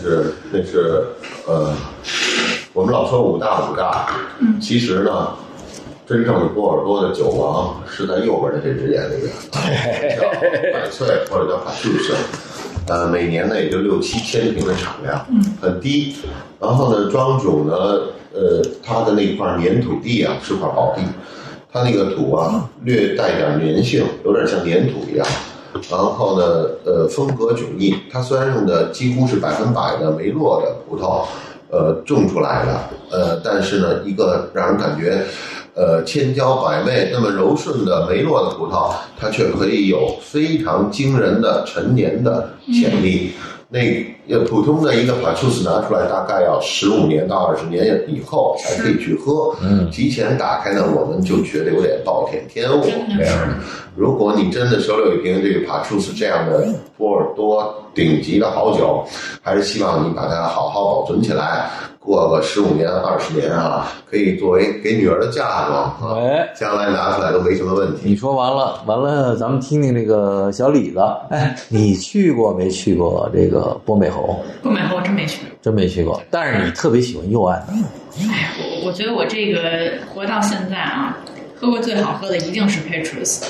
B: 是，那是呃，我们老说五大五大，嗯，其实呢，真正的波尔多的酒王是在右边的这只眼里边，叫百岁或者叫百岁岁，呃，每年呢也就六七千瓶的产量，嗯，很低。然后呢，庄主呢，呃，他的那块粘土地啊是块宝地，它那个土啊略带点粘性，有点像粘土一样。然后呢，呃，风格迥异。它虽然用的几乎是百分百的梅洛的葡萄，呃，种出来的，呃，但是呢，一个让人感觉，呃，千娇百媚那么柔顺的梅洛的葡萄，它却可以有非常惊人的陈年的
D: 嗯
B: 潜力。那呃，普通的一个法库斯拿出来，大概要十五年到二十年以后才可以去喝。
A: 嗯
B: 提前打开呢，我们就觉得有点暴殄天物
D: 真
B: 这
D: 的
B: 样
D: 是
B: 的。如果你真的手里有一瓶这个帕楚斯这样的波尔多顶级的好酒，还是希望你把它好好保存起来，过个十五年、二十年啊，可以作为给女儿的嫁妆啊，
A: 哎，
B: 将来拿出来都没什么问题。
A: 你说完了，完了，咱们听听这个小李子。哎， <laughs> 你去过没去过这个波美猴？
D: 不买后我真没去。
A: 真没去过，但是你特别喜欢右岸的。
D: 哎呀，我我觉得我这个活到现在啊，喝过最好喝的一定是 Petrus，、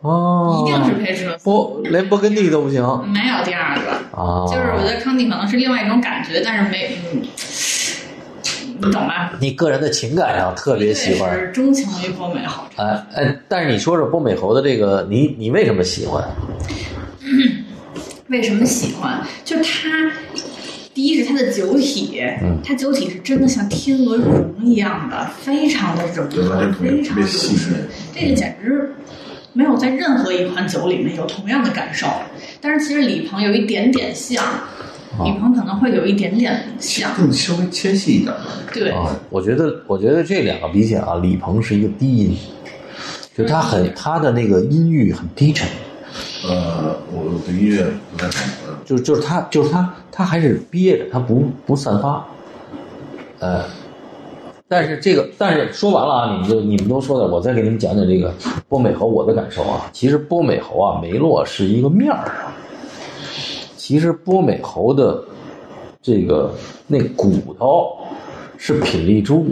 A: 哦
D: 一定是 Petrus，
A: 波连勃艮第都不行啊！
D: 没有第二个。
A: 哦
D: 就是我觉得康帝可能是另外一种感觉，但是没，嗯，你懂吧？
A: 你个人的情感上特别喜
D: 对
A: 欢。
D: 是钟情于波美好。
A: 哎哎，但是你说说波美猴的这个，你你为什么喜欢？
D: 为什么喜欢？就是它，第一是它的酒体，
A: 嗯
D: 它酒体是真的像天鹅绒一样的，非常的柔
C: 对吧
D: 和，
C: 这特别
D: 非常
C: 特
D: 的
C: 别
D: 柔
C: 细腻
D: 顺，这个简直没有在任何一款酒里面有同样的感受。但是其实李鹏有一点点像，
A: 啊
D: 李鹏可能会有一点点像，
C: 更稍微纤细一点吧。
D: 对，
A: 啊，我觉得，我觉得这两个比起来啊，李鹏是一个低音，就他很他的那个音域很低沉，
C: 呃，我对音乐不太懂，呃
A: 就就是他就是他他还是憋着，他不不散发，呃，但是这个但是说完了啊，你们就你们都说的，我再给你们讲讲这个波美猴我的感受啊。其实波美猴啊，梅洛是一个面儿啊，其实波美猴的这个那骨头是品丽珠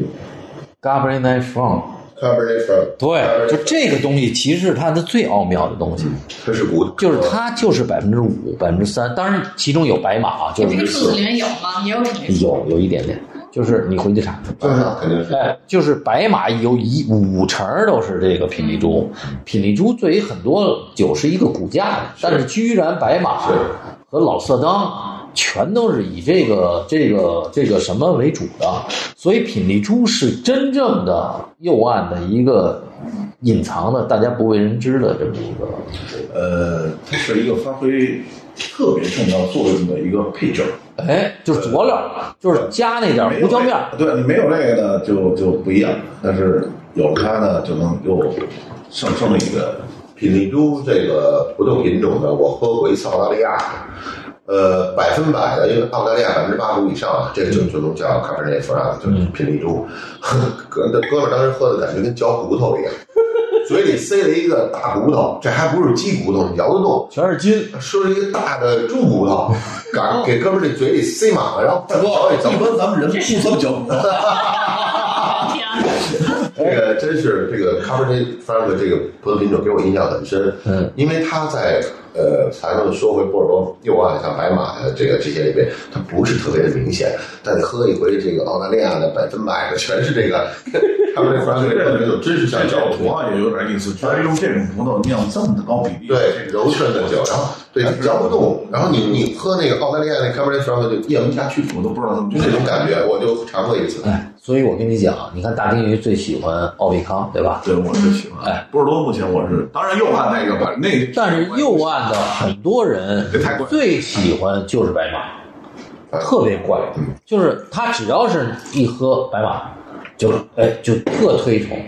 A: g a b r i n e f r o n
B: 上边那份
A: 对，就这个东西其实是它的最奥妙的东西，
B: 这是骨，
A: 就是它就是百分之五、百分之三，当然其中有白马啊，就
D: 这个
A: 是
D: 数字里面有吗？也有品类
A: 有有一点点，就是你回去查，
B: 就是肯定是
A: 哎，就是白马有一五成儿都是这个品丽珠，品丽珠对于很多酒是一个骨架的，但是居然白马
B: 是
A: 和老色当。全都是以这个、这个、这个什么为主的，所以品丽珠是真正的右岸的一个隐藏的、大家不为人知的这么一个。
C: 呃，它是一个发挥特别重要作用的一个配角。
A: 哎，就是佐料，就是加那点胡椒面儿。
C: 对你没有这个呢，就就不一样。但是有了它呢，就能又上升了一个。
B: 品丽珠这个葡萄品种呢，我喝过一次澳大利亚的，呃，百分百的，因为澳大利亚百分之八十五以上啊，这个就就能叫卡布内弗拉，就是品丽 <laughs> 珠。哥那哥们儿当时喝的感觉跟嚼骨头一样，嘴里塞了一个大骨头，这还不是鸡骨头，你咬得动，
A: 全是筋，
B: 说是一个大的猪骨头，赶给哥们儿这嘴里塞满了，然 <laughs> 后嚼一嚼
C: 一。般咱们人不这么嚼骨头，
D: 天啊，
B: 这个真是这个 Cabernet Franc 这个葡萄品种给我印象很深，
A: 嗯，
B: 因为它在呃，咱们说回波尔多右岸像白马呀这个这些里边，它不是特别的明显，但你喝一回这个澳大利亚的百分百的全是这个 Cabernet Franc 这个品种，真是像
C: 这
B: 胶
C: 葡
B: 葡
C: 萄也有点意思，居然用这种葡萄酿这么高比例，
B: 对柔顺的酒，然后对，你嚼不动。然后你你喝那个澳大利亚那 c a b e r n e t Franc 就咽不下去，
C: 我都不知道怎么
B: 就那种感觉，我就尝过一次。
A: 哎，所以我跟你讲，你看大金鱼最喜欢奥比康，对吧？
E: 对，我是喜欢。
A: 哎，
E: 波尔多目前我是，当然右岸那个吧，那
A: 但是右岸的很多人
E: 这太贵
A: 最喜欢就是白马，特别怪，
E: 嗯
A: 就是他只要是一喝白马，就哎就特推崇。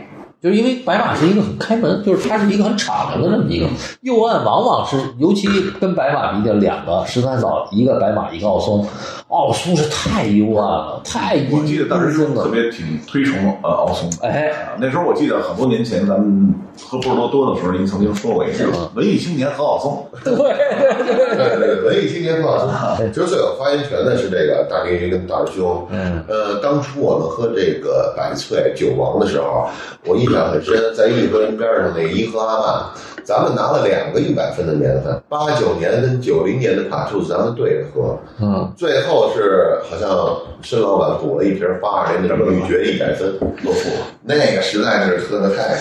A: 就是因为白马是一个很开门，就是它是一个很敞亮的这么一个右岸，往往是尤其跟白马比较，两个十三嫂，一个白马，一个奥松，奥松是太幽暗了，太阴
E: 我记得当时
A: 森了
E: 特，别挺推崇呃奥松的。
A: 哎
E: 啊那时候我记得很多年前咱们喝波尔多多的时候，您曾经说过一次
A: 嗯
E: 文艺青年何奥松，
A: 对对对，
B: 对对对，文艺青年嘛，其实最有发言权的是这个大金鱼跟大师兄。
A: 嗯，
B: 呃，当初我们喝这个百岁酒王的时候，我印象很深，在颐和园边上那颐和阿曼，咱们拿了两个一百分的年份，八九年跟九零年的卡数，咱们对着喝，
A: 嗯，
B: 最后是好像申老板补了一瓶八二年的绿爵一百分，
E: 都说
B: 那个实在是喝的太，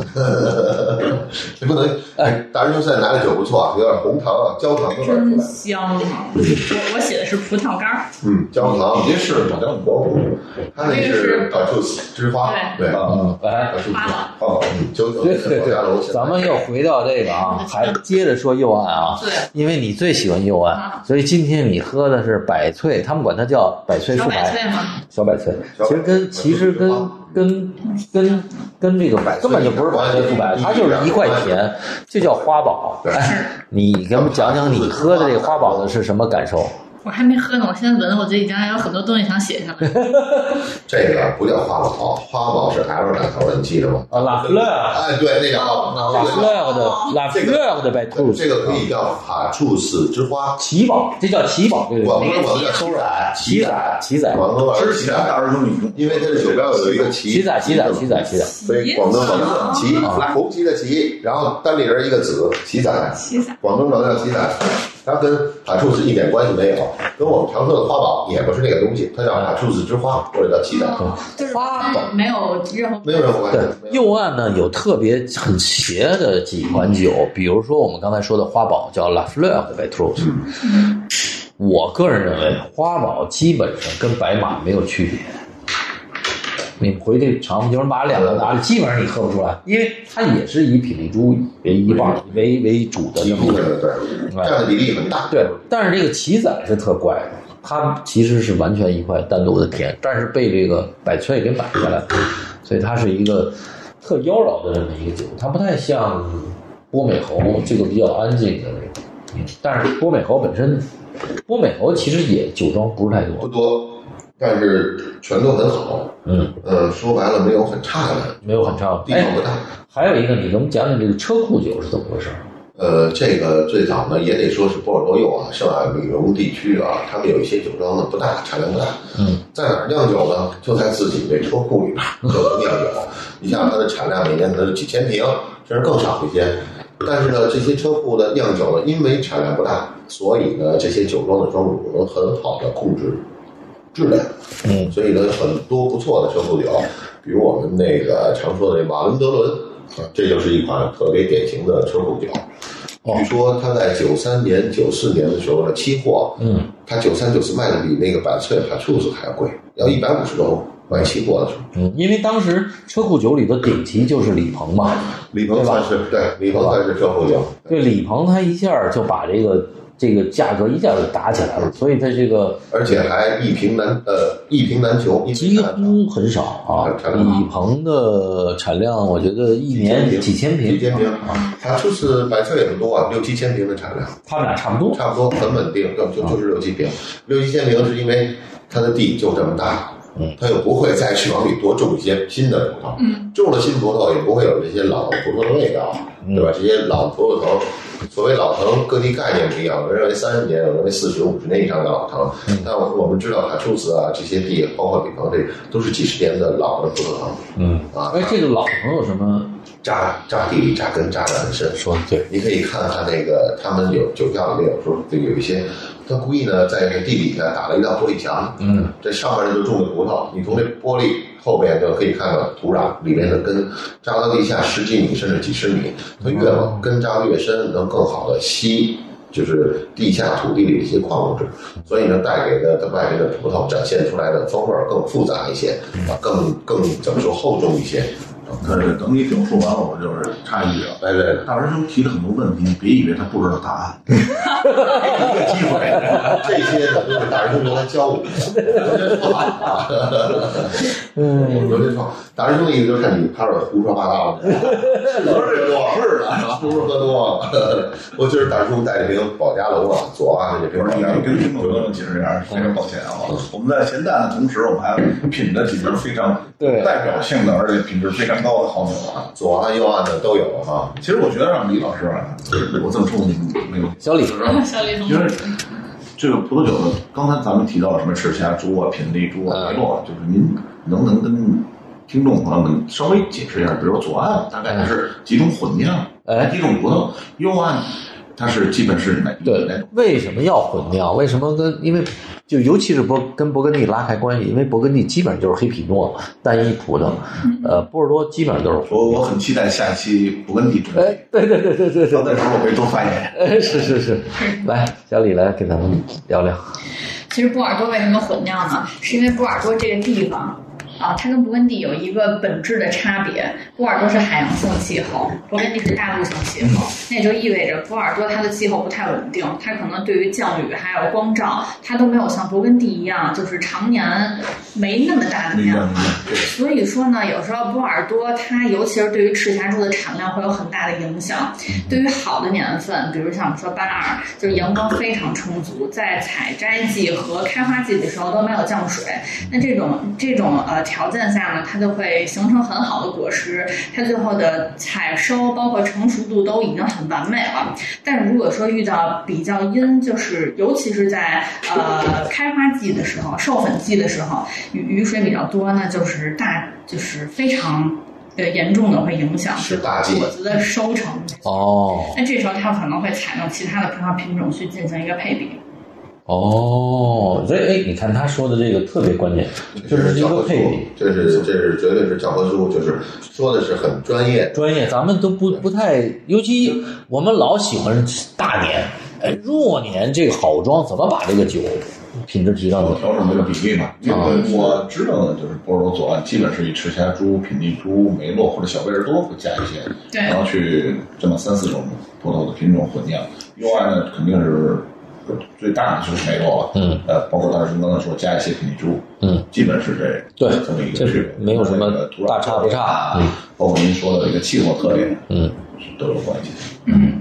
B: <laughs> 这不能哎，大师兄现在拿的酒不错啊，有点红糖啊，焦糖都有点
D: 真
B: 出来，
D: 香啊！我我写的是葡萄干儿，
B: 嗯，焦糖，
C: 你这是马吊
B: 蘑菇，他那是卡数之花，对，
E: 啊
B: 啊
A: 嗯，哎。
B: 卡数之
D: 花
B: 花，
D: 了。
B: 哦，嗯九九
A: 对
B: 年
A: 对
B: 老家楼
A: 对，
B: 现在
A: 咱们又回到这个啊，
D: 嗯
A: 还接着说右岸啊，
D: 对，
A: 因为你最喜欢右岸
D: 啊，
A: 所以今天你喝的是百萃，他们管它叫百萃
D: 小
A: 树
D: 百
A: 牌，
D: 岁嘛，
A: 小百萃，其实跟其实跟
D: 嗯
A: 跟跟跟这个百根本就不是百萃树牌，它就是一块钱，就叫花宝。
B: 对
A: 哎，你给我们讲讲你喝的这个花宝的是什么感受？
D: 我还没喝呢，我现在闻了，我这里边还有很多东西想写下来。 <laughs>
B: 这个不叫花宝，花宝是 L 打头的，你记着吗？
A: 啊，La Fleur，La
B: 哎，对，那叫花宝，
A: Fleur 的 La Fleur 的百萃，
B: 这个可以叫卡处死之花，
A: 啊奇宝，这叫奇宝，对对
B: 我
A: 对，
B: 们我们叫收仔，
A: 奇仔，奇仔，
B: 广东话
E: 之前
C: 哎
E: 大师兄已经
B: 因为它的酒标有一个旗，
A: 奇仔，奇仔，奇仔，奇仔。
B: 所以广东管叫旗，红旗的旗，然后单立人一个子，旗仔。
D: 七彩
B: 广东管叫旗仔，它跟塔兔子一点关系没有，跟我们常说的花宝也不是那个东西，它叫塔兔子之花或者叫旗仔，
D: 就是
A: 花宝
D: 没有任何
B: 没有任何关系
A: 对。，右岸呢有特别很邪的几款酒，比如说我们刚才说的花宝叫 La Fleur 的 b e t r u s 我个人认为花宝基本上跟白马没有区别。你们回去尝，就是把两个拿着，基本上你喝不出来，因为它也是以品丽珠为一半为为主的这么一
B: 对
A: 个
B: 对对，占的比例很大。
A: 对，但是这个奇仔是特怪的，它其实是完全一块单独的田，但是被这个百萃给买下来了，所以它是一个特妖娆的这么一个酒，它不太像波美侯这个比较安静的那种。嗯但是波美侯本身，波美侯其实也酒庄不是太
B: 不
A: 多，
B: 多，但是全都很好。
A: 嗯，
B: 嗯，说白了没有很差的，
A: 没有很差。
B: 地
A: 哎
B: 方不，大。
A: 还有一个，你给我们讲讲这个车库酒是怎么回事？
B: 呃，这个最早呢，也得说是波尔多右啊，圣埃米隆地区啊，他们有一些酒庄呢不大，产量不大。
A: 嗯，
B: 在哪儿酿酒呢？就在自己这车库里边儿就能酿酒。你想它的产量每年可能是几千瓶，甚至更少一些。但是呢，这些车库的酿酒呢，因为产量不大，所以呢，这些酒庄的庄主能很好的控制质量。
A: 嗯，
B: 所以呢，很多不错的车库酒，啊比如我们那个常说的这马伦德伦，啊这就是一款特别典型的车库酒。据说他在九三年、九四年的时候呢，期货，
A: 嗯，
B: 他九三九四卖的比那个百萃、海兔子还要贵，要一百五十多买期货的时候。
A: 嗯，因为当时车库酒里的顶级就是李鹏嘛，
B: 李鹏算是对，李鹏算是车库酒，
A: 对，李鹏他一下就把这个这个价格一下就打起来了，所以他这个
B: 而且还一瓶难呃一瓶难求，一瓶
A: 几
B: 难求
A: 乎很少啊。
B: 产量
A: 李鹏的产量，我觉得一年几千
B: 几
A: 瓶，
B: 千瓶啊，它就是百萃也不多啊，六七千瓶的产量，
A: 他们俩差不多。
B: 差不多很稳定，就就就是六七
A: 啊
B: 瓶，六七千瓶是因为它的地就这么大，
A: 嗯，啊
B: 它又不会再去往里多种一些新的葡萄，
D: 嗯，
B: 种了新葡萄也不会有这些老葡萄的味道，
A: 嗯
B: 对吧？这些老葡萄藤，所谓老藤，各地概念不一样，有人认为三十年，有人认为四十五十年以上的老藤，
A: 嗯
B: 但我我们知道卡处子啊这些地，包括李鹏这都是几十年的老的葡萄藤
A: 嗯，
B: 啊，
A: 哎，这个老朋友什么
B: 扎扎地里扎根扎得很深，
A: 说的对？
B: 你可以看看那个他们有酒窖里面有时候就有一些，他故意呢在这地底下打了一道玻璃墙，
A: 嗯，
B: 这上面就种的葡萄，你从这玻璃后边就可以看到土壤里面的根扎到地下十几米甚至几十米，它越往根扎得越深，能更好的吸就是地下土地里的一些矿物质，所以呢，带给的它外面的葡萄展现出来的风味儿更复杂一些，啊，更更怎么说厚重一些。
C: 呃，等你表述完了，我就是插一句啊，
B: 哎，对，
C: 大师兄提了很多问题，你别以为他不知道答案，给你一个机会。
B: 这些呢都是大师兄原来教我的，
A: 嗯，
B: 有些说大师兄意思就是看你开始胡说八道了，不是我是的，是不是喝多了？我今儿大师兄带这瓶保加龙啊，左岸的这瓶
C: 我
B: 保
C: 说你
B: 加
C: 要跟听众朋友
B: 龙，
C: 们解释一下，非常抱歉啊，我们在咸淡的同时，我们还品着几瓶非常
A: 对
C: 代表性的，而且品质非常高的好酒啊。
B: 左岸右岸的都有啊。
C: 其实我觉得让李老师啊，我这么说你没有
A: 小李
D: 嗯小李同
C: 因为
D: 学，
C: 这个葡萄酒的，刚才咱们提到什么赤霞珠啊、品丽珠啊、
A: 嗯
C: 梅洛啊，就是您能不能跟听众朋友们稍微解释一下，比如说左岸大概是几种混酿，
A: 嗯哎
C: 几种葡萄，右岸它是基本是哪
A: 对
C: 哪种？，
A: 为什么要混酿？为什么跟因为就尤其是勃跟勃艮第拉开关系，因为勃艮第基本上就是黑皮诺单一葡萄，呃，波尔多基本上都是混
C: 我我很期待下一期勃艮第之旅，
A: 哎，对对对对对
C: 到
A: 对，
C: 那时候我会多
A: <laughs>
C: 发言。
A: 哎，是是是，来，小李来给咱们聊聊，
D: 其实波尔多为什么混酿呢？是因为波尔多这个地方。啊，它跟勃艮第有一个本质的差别。波尔多是海洋性气候，勃艮第是大陆性气候，那也就意味着波尔多它的气候不太稳定，它可能对于降雨还有光照，它都没有像勃艮第一样，就是常年没那么大的
C: 不一
D: 量
C: 样，。不一样
D: 所以说呢，有时候波尔多它尤其是对于赤霞珠的产量会有很大的影响。对于好的年份，比如像我们说八二，就是阳光非常充足，在采摘季和开花季的时候都没有降水，那这种这种呃条件下呢，它就会形成很好的果实，它最后的采收包括成熟度都已经很完美了。但是如果说遇到比较阴，就是尤其是在呃开花季的时候、授粉季的时候，雨雨水比较多，那就是大就是非常呃严重的会影响
B: 是大忌
D: 果子的收成。
A: 哦
D: 那这时候它可能会采用其他的葡萄品种去进行一个配比。
A: 哦，这哎，你看他说的这个特别关键，就是一
B: 教科
A: 个
B: 书
A: 配比，，
B: 这是这是绝对是教科书，就是说的是很专业的。
A: 专业，咱们都不不太，尤其我们老喜欢大年，哎，弱年这个好装，怎么把这个酒品质提上
C: 我
A: 去？
C: 调整这个比例嘛，因为
A: 啊
C: 我知道的就是波尔多左岸基本是以赤霞珠、品丽珠、梅洛或者小贝尔多会加一些，
D: 对
C: 然后去这么三四种葡萄的品种混酿。右岸呢肯定是最大的就是梅洛了，
A: 嗯，
C: 呃，包括当时刚才说加一些品丽珠，
A: 嗯，
C: 基本是这
A: 对
C: 这么一个
A: 这
C: 区别，
A: 没有什么
C: 那个土壤
A: 大差不嗯差
C: 特别大包括您说的这个气候特点
A: 嗯，
C: 都有关系。
D: 嗯，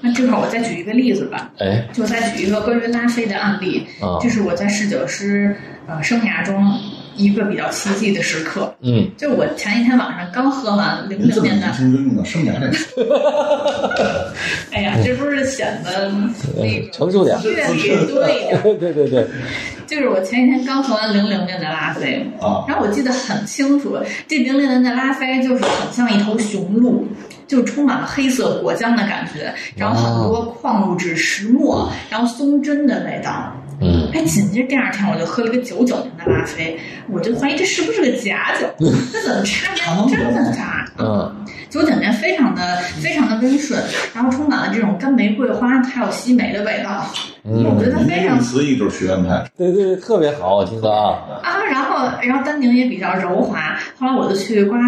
D: 那这块儿我再举一个例子吧。
A: 哎，
D: 就再举一个关于拉菲的案例，
A: 啊
D: 这是我在侍酒师呃生涯中一个比较奇迹的时刻。
A: 嗯，
D: 就我前一天晚上刚喝完零
C: 您
D: 六
C: 这么
D: 年
C: 年
D: 的，
C: 轻就用到生涯这个
D: 哎呀，这不是显得那个
A: 嗯成熟点
D: 阅历多一点。
A: 对对对，
D: 就是我前一天刚喝完零零年的拉菲，
C: 啊，
D: 然后我记得很清楚，这零零年的拉菲就是很像一头雄鹿，就充满了黑色果浆的感觉，然后很多矿物质、石墨，然后松针的味道。
A: 嗯，
D: 哎，紧接着第二天我就喝了一个九九年的拉菲，我就怀疑这是不是个假酒，那怎么差别这么大？
A: 嗯，
D: 九九年非常的非常的温顺，然后充满了这种干玫瑰花还有西梅的味道，我觉得非常
C: 一词一就是学院派。
A: 对对对，特别好，我听着啊，
D: 啊，然后然后丹宁也比较柔滑。后来我就去瓜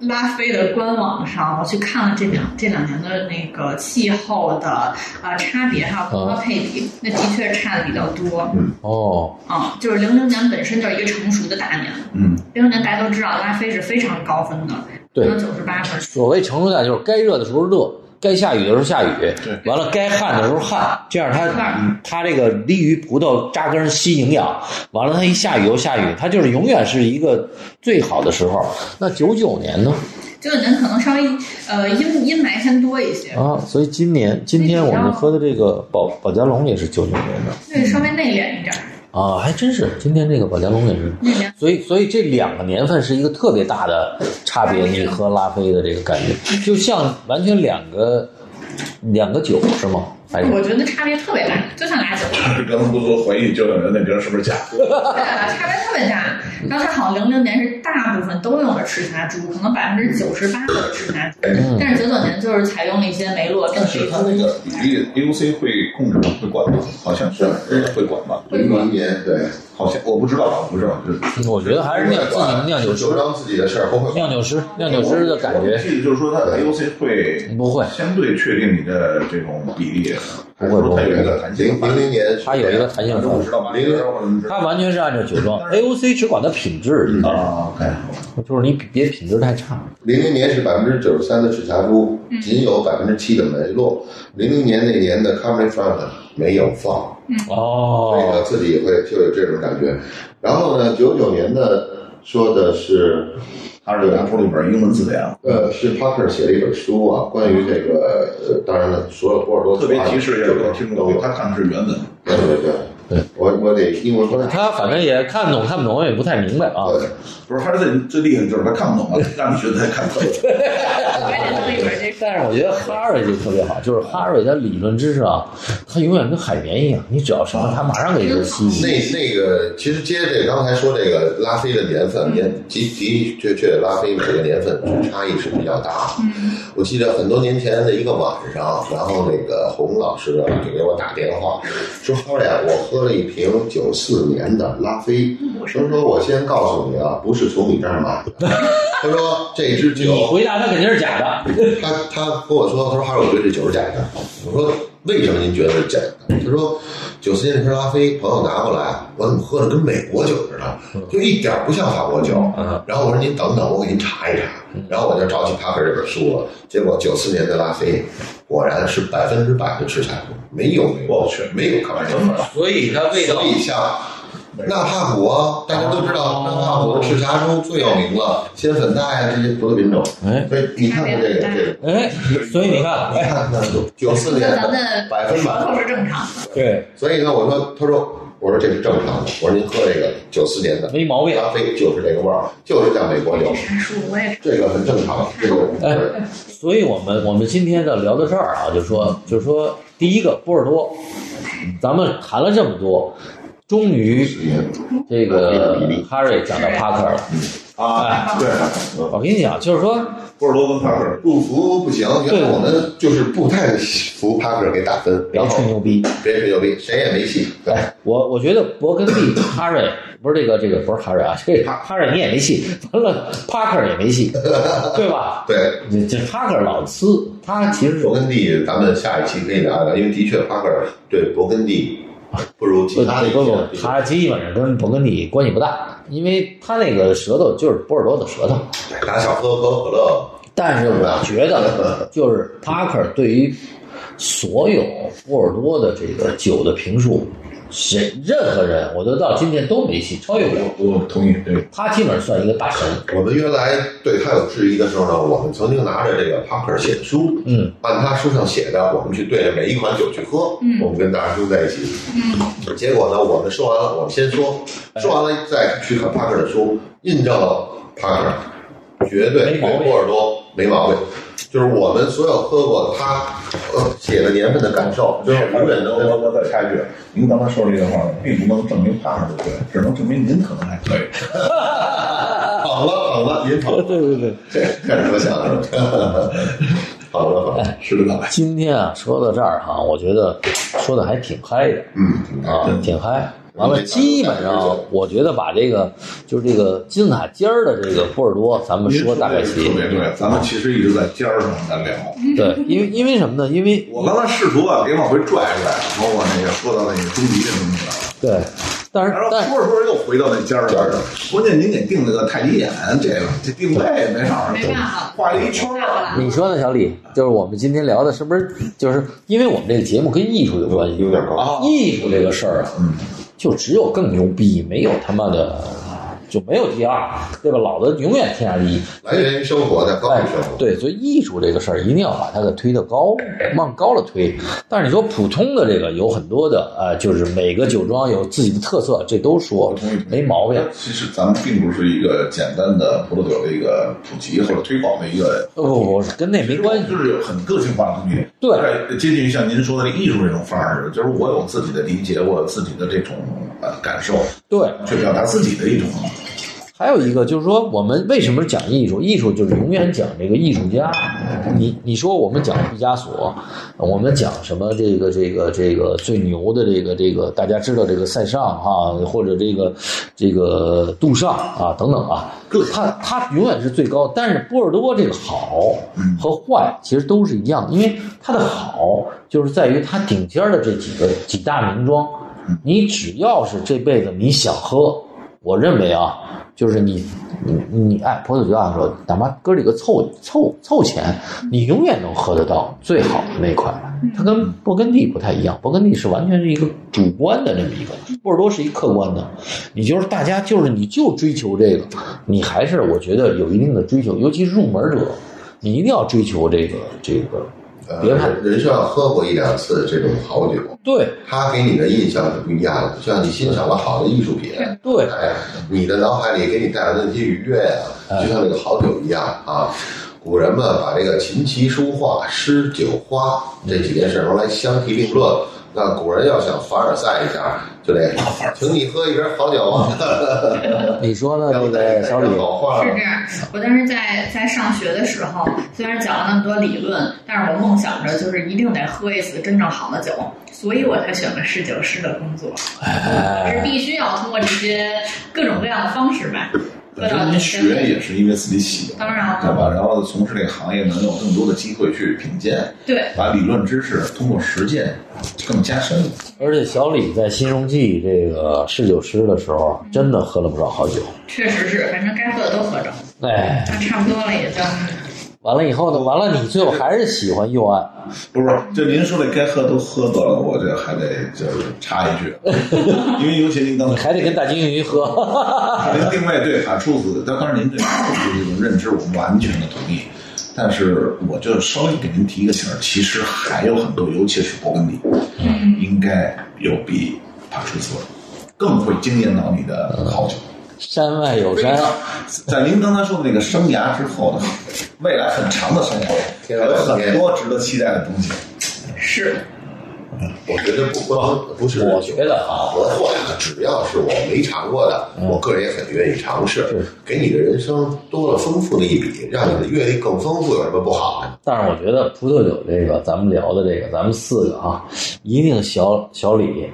D: 拉菲的官网上，我去看了这两这两年的那个气候的啊、呃差别，还有葡
A: 啊
D: 萄配比，那的确差的比较多。
A: 哦，
D: 啊，就是零零年本身就是一个成熟的大年，
C: 嗯，
D: 零零年大家都知道拉菲是非常高分的，
A: 对
D: 能九十八分。
A: 所谓成熟价就是该热的时候热。该下雨的时候下雨，完了该旱的时候旱，这样它它这个利于葡萄扎根吸营养，完了它一下雨又下雨，它就是永远是一个最好的时候。那九九年呢？
D: 九九年可能稍微呃阴阴霾偏多一些，
A: 啊，所以今年今天我们喝的这个宝宝加龙也是九九年的
D: 对，稍微内敛一点。
A: 啊，还真是，今天这个宝加龙也是。
D: 内敛。
A: 所以，所以这两个年份是一个特别大的差别。你喝拉菲的这个感觉，就像完全两个两个酒是吗？还是
D: 我觉得差别特别大，就像俩酒，
C: 刚才不是说怀疑九两元那瓶是不是假货？
D: 对啊，差别特别大。当时好像零零年是大部分都用了赤霞珠，可能百分之九十八的赤霞珠，但是九九年就是采用了一些梅洛跟
C: 但是它那个比例 AOC 会控制吗？会管吗？好像是会管吧？
D: 会管
B: 零一年对，
C: 好像我不知道啊，我不知道，就是
A: 我觉得还是酿自己酿酒师
B: 主张自己的事儿不会管。
A: 酿酒师酿酒师的感
C: 哎我
A: 觉
C: 记得就是说它的 AOC 会
A: 不会，
C: 相对确定你的这种比例，啊还是
A: 不会不
C: 说它
A: 会
C: 有一个弹
B: 零
C: 性吧？
B: 零零年是
A: 它有一个弹性
C: 反正我
A: 范围，
C: 知道吧，
B: 零零
A: 它完全是按照酒庄 AOC 只管它品质，
C: 啊，OK，
A: 就是你别品质太差。
B: 零零年是百分之九十三的赤霞珠，仅有百分之七的梅洛。零零年那年的 Cabernet Franc 没有放，所以呢
A: 哦，
B: 自己也会就有这种感觉。然后呢，九九年的说的是，
C: 它是拿出了一本英文字典，
B: 呃，是 Parker 写了一本书啊，关于这个，呃，当然了，所有波尔多
C: 特别提示一下各位听
B: 听
C: 众，
B: 懂
C: 给他看的是原文。
B: 对对对，我我得英文不呃太
A: 他反正也看懂看不懂，我也不太明白啊。
B: 对
C: 不是，他最最厉害的就是他看不懂了，让你觉得他看不懂。
D: 哎我也得弄一本这个。
A: 但是我觉得哈瑞就特别好，就是哈瑞他理论知识啊，他永远跟海绵一样，你只要什么，他马上给你吸
B: 那
A: 进。
B: 那个，其实接着刚才说这个拉菲的年份，年的的确确拉菲每个年份差异是比较大的。
D: 嗯
B: 我记得很多年前的一个晚上，然后那个洪老师啊就给我打电话，说浩亮，我喝了一瓶九四年的拉菲，他说我先告诉你啊，不是从你这儿买的。他说这支酒
A: 你回答他肯定是假的，
B: 他他跟我说，他说哈尔，我觉得这酒是假的。我说为什么您觉得是假的？他说九四年那瓶拉菲，朋友拿过来，我怎么喝着跟美国酒似的，就一点儿不像法国酒。然后我说您等等，我给您查一查。然后我就找起帕克这本书了，结果九四年的拉菲果然是百分之百的赤霞珠，没有美国
C: 去
B: 没有开玩笑。
A: 所以它味
B: 所以像纳帕谷啊，大家都知道，纳帕谷的赤霞珠最有名了，仙粉黛呀这些葡萄品种。
A: 哎
B: 所以你看看这个这个。
A: 哎，所以你看，哎，
B: 看看九四年
D: 那咱
B: 的
D: 们
B: 百分
D: 舌头
B: 百，
D: 是正常的，
A: 对，
B: 所以呢，我说，他说，我说这是正常的，我说您喝这个九四年的
A: 没毛病。
B: 拉菲就是这个味儿，就是像美国酒
D: 这，山叔我也
B: 这个很正常，这个
A: 哎所以我们我们今天的聊到这儿啊，就说就说第一个波尔多，咱们谈了这么多，终于
B: 嗯
A: 这个哈瑞讲到帕克了。
C: <laughs> 啊， <laughs> 对，
A: 我跟你讲，就是说
C: 波尔多跟帕克，
B: 不服不行。原来
A: 对
B: 我们就是不太服帕克给打分，
A: 别
B: 然
A: 哎
B: 后
A: 吹牛逼。
B: 别吹牛逼，谁也没戏。对，
A: 我我觉得勃艮第哈瑞不是这个这个不是哈瑞啊，这个哈哈瑞你也没戏，完了帕克也没戏，对吧？
B: 对，
A: 这这帕克老呲，他其实呃
B: 勃艮第，咱们下一期可以聊一聊，因为的确帕克对勃艮第不如其
A: 不
B: 他的一
A: 不不
B: 些，地方。
A: 他基本上跟勃艮第关系不大，因为他那个舌头就是波尔多的舌头。
B: 对打小喝可口可乐，
A: 但是我觉得，就是帕克对于所有波尔多的这个酒的评述，谁任何人，我觉得到今天都没戏，超越不了。
C: 我我同意，对，
A: 他基本上算一个大神。
B: 我们原来对他有质疑的时候呢，我们曾经拿着这个帕克写的书，
A: 嗯，
B: 按他书上写的，我们去对着每一款酒去喝，嗯，我们跟大师兄在一起，嗯，结果呢，我们说完了，我们先说，说完了再去看帕克的书，印证了帕克绝对
A: 没毛病
B: 对波尔多没毛病，就是我们所有喝过他呃写的年份的感受，就是
C: 我
B: 永远能
C: 我我再插一句，您刚才说这个话并不能证明帕克的对，只能证明您可能还可以。
B: 捧了捧了，您捧了，
A: 哦对对对。
B: 这看说相声， <laughs> 捧了捧了，
C: 是的，
A: 今天啊，说到这儿哈、我觉得说的还挺嗨的
B: 嗯
A: 啊，挺嗨。完了，基本上我觉得把这个就是这个金字塔尖儿的这个波尔多，咱们说大概齐
C: 特。别对，咱们其实一直在尖儿上在聊。
A: 对，因为因为什么呢？因为
C: 我刚才试图啊给往回拽拽，包括那个说到那个终极的东西了。
A: 对，但是
C: 然后
A: 但是
C: 说着说着又回到那尖儿上了。关键您给定了个太极眼，这个这定位没少
D: 没办法
C: 画了一圈儿。
A: 你说呢，小李？就是我们今天聊的，是不是就是因为我们这个节目跟艺术有关系？
B: 有点高嗯
A: 艺术这个事儿啊，就只有更牛逼，没有他妈的就没有第二，对吧？老子永远天下第一。
B: 来源于生活的高于
A: 哎
B: 生活。，
A: 对，所以艺术这个事儿一定要把它给推得高，往高了推。但是你说普通的这个有很多的啊、呃就是每个酒庄有自己的特色，这都说没毛病。
C: 其实咱们并不是一个简单的葡萄酒的一个普及或者推广的一个，
A: 不不不，跟那没关系。
C: 就是有很个性化的东西，
A: 对
C: 对，接近于像您说的这艺术这种范儿，就是我有自己的理解，我有自己的这种呃感受，
A: 对，
C: 去表达自己的一种
A: 还有一个就是说，我们为什么讲艺术？艺术就是永远讲这个艺术家。你你说我们讲毕加索，我们讲什么这个这个这个最牛的这个这个大家知道这个塞尚哈、或者这个这个杜尚啊等等啊，他他永远是最高。但是波尔多这个好和坏其实都是一样的，因为它的好就是在于它顶尖的这几个几大名庄，你只要是这辈子你想喝。我认为啊，就是你你你爱葡萄酒啊，说哪怕哥几个凑凑凑钱，你永远能喝得到最好的那款。它跟勃艮第不太一样，勃艮第是完全是一个主观的这么一个，波尔多是一个客观的。你就是大家就是你就追求这个，你还是我觉得有一定的追求，尤其入门者，你一定要追求这个这个。别看
B: 呃，人是要喝过一两次这种好酒，
A: 对
B: 他给你的印象是不一样的。就像你欣赏了好的艺术品，
A: 对，
B: 哎，你的脑海里给你带来的那些愉悦
A: 嗯
B: 啊，就像这个好酒一样啊。古人们把这个琴棋书画、诗酒花这几件事儿拿来相提并论。那古人要想凡尔赛一下，就
A: <laughs>
B: 得请你喝一瓶好酒啊，
A: 你说呢？
B: 要
A: 这
B: 不带
A: 个
B: 一
A: 小李
B: 瓶好话啊
D: 是这样，我当时在在上学的时候，虽然讲了那么多理论，但是我梦想着就是一定得喝一次真正好的酒，所以我才选了侍酒师的工作，是必须要通过这些各种各样的方式吧，喝
C: 本
D: 到
C: 身
D: 你
C: 您
D: 身
C: 学
D: 边。
C: 也是因为自己喜欢，
D: 当然
C: 对
D: 了，
C: 吧？然后从事这个行业能有更多的机会去品鉴，
D: 对，
C: 把理论知识通过实践更加深入。
A: 而且小李在新荣记这个侍酒师的时候，啊
C: 嗯
A: 真的喝了不少好酒。
D: 确实是，反正该喝的都喝着，
A: 哎，
D: 那差不多了也就。
A: 完了以后呢？完了，你最后还是喜欢啊右岸。
C: 不是，就您说的该喝都喝到了，我这还得就是插一句， <laughs> 因为尤其您刚
A: 你
C: 才
A: 还得跟大金鱼喝。 <laughs>
C: 您定位对卡处子，但当然您对卡处子这种认知我们完全的同意，但是我就稍微给您提一个醒儿，其实还有很多，尤其是勃艮第，应该有比卡处子更会惊艳到你的好酒。
A: 山外有山，
C: 在您刚才说的那个生涯之后的未来很长的生涯，还有很多值得期待的东西。
D: 是，
B: 我觉得不光不是
A: 我
B: 酒
A: 觉得啊，
B: 文化呀，只要是我没尝过的，我个人也很愿意尝试，给你的人生多了丰富的一笔，让你的阅历更丰富，有什么不好呢？
A: 但是我觉得葡萄酒这个，咱们聊的这个，咱们四个啊，一定小小李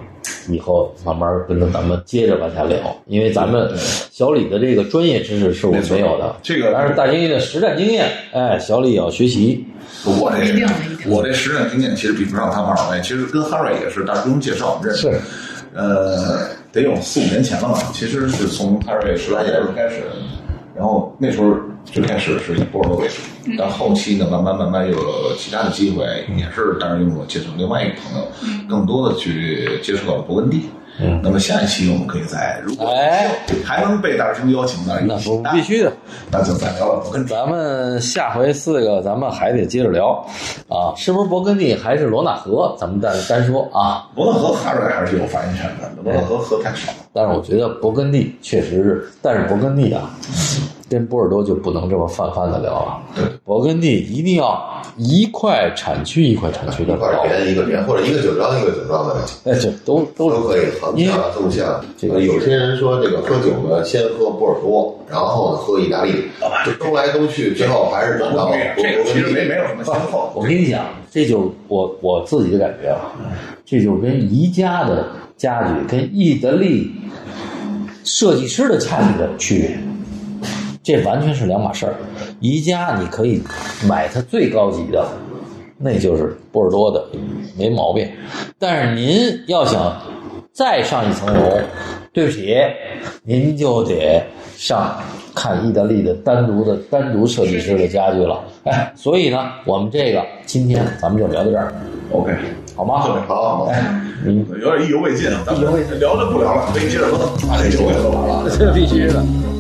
A: 以后慢慢跟着咱们接着往下聊，因为咱们小李的这个专业知识是我
C: 没错
A: 没有的，
C: 这个
A: 但是大金鱼的实战经验，哎，小李也要学习。
C: 我这
D: 一定的一定的
C: 我这实战经验其实比不上他们二位，其实跟哈瑞也是，但是不用介绍，我们认识。
A: 是
C: 呃，得有四五年前了吧？其实是从哈瑞十来年开始，然后那时候最开始是以波尔多为主，
D: 嗯
C: 但后期呢，慢慢慢慢又有其他的机会，
A: 嗯
C: 也是当然因为我介绍另外一个朋友，
D: 嗯
C: 更多的去接触到了勃艮第。
A: 嗯
C: 那么下一期我们可以再，如果
A: 哎
C: 还能被大师兄邀请到，
A: 那不必须的，
C: 哎那就再聊聊勃艮第。
A: <laughs> 咱们下回四个，咱们还得接着聊，啊，是不是勃艮第还是罗纳河？咱们单单说啊，
C: 罗纳河哈瑞还是有发言权的，
A: 嗯
C: 罗纳河喝太少。
A: 但是我觉得勃艮第确实是，但是勃艮第啊，跟波尔多就不能这么泛泛的聊了。勃艮第一定要一块产区一块产区的
B: 一块
A: 聊，
B: 园一个园，或者一个酒庄一个酒庄的，
A: 哎，这都都
B: 都可以横
A: 因为
B: 向纵向。呃
A: 这个
B: 有些人说这个喝酒呢，先喝波尔多，然后呢喝意大利，就东来东去，最后还是
C: 啊这
B: 等到
C: 个其实哦没没有什么先后。
A: 我跟你讲，这就是我我自己的感觉啊，
B: 嗯
A: 这就是跟宜家的家具跟意大利设计师的家具的区别，这完全是两码事儿。宜家你可以买它最高级的，那就是波尔多的，没毛病。但是您要想再上一层楼，对不起，您就得上看意大利的单独的单独设计师的家具了。哎，所以呢，我们这个今天咱们就聊到这儿，
C: OK，
A: 好吗？
B: 好，
A: 你
C: 啊有点意犹未尽啊，咱们聊着不聊了，没劲儿了，把这酒给喝完了。
A: 这必须的。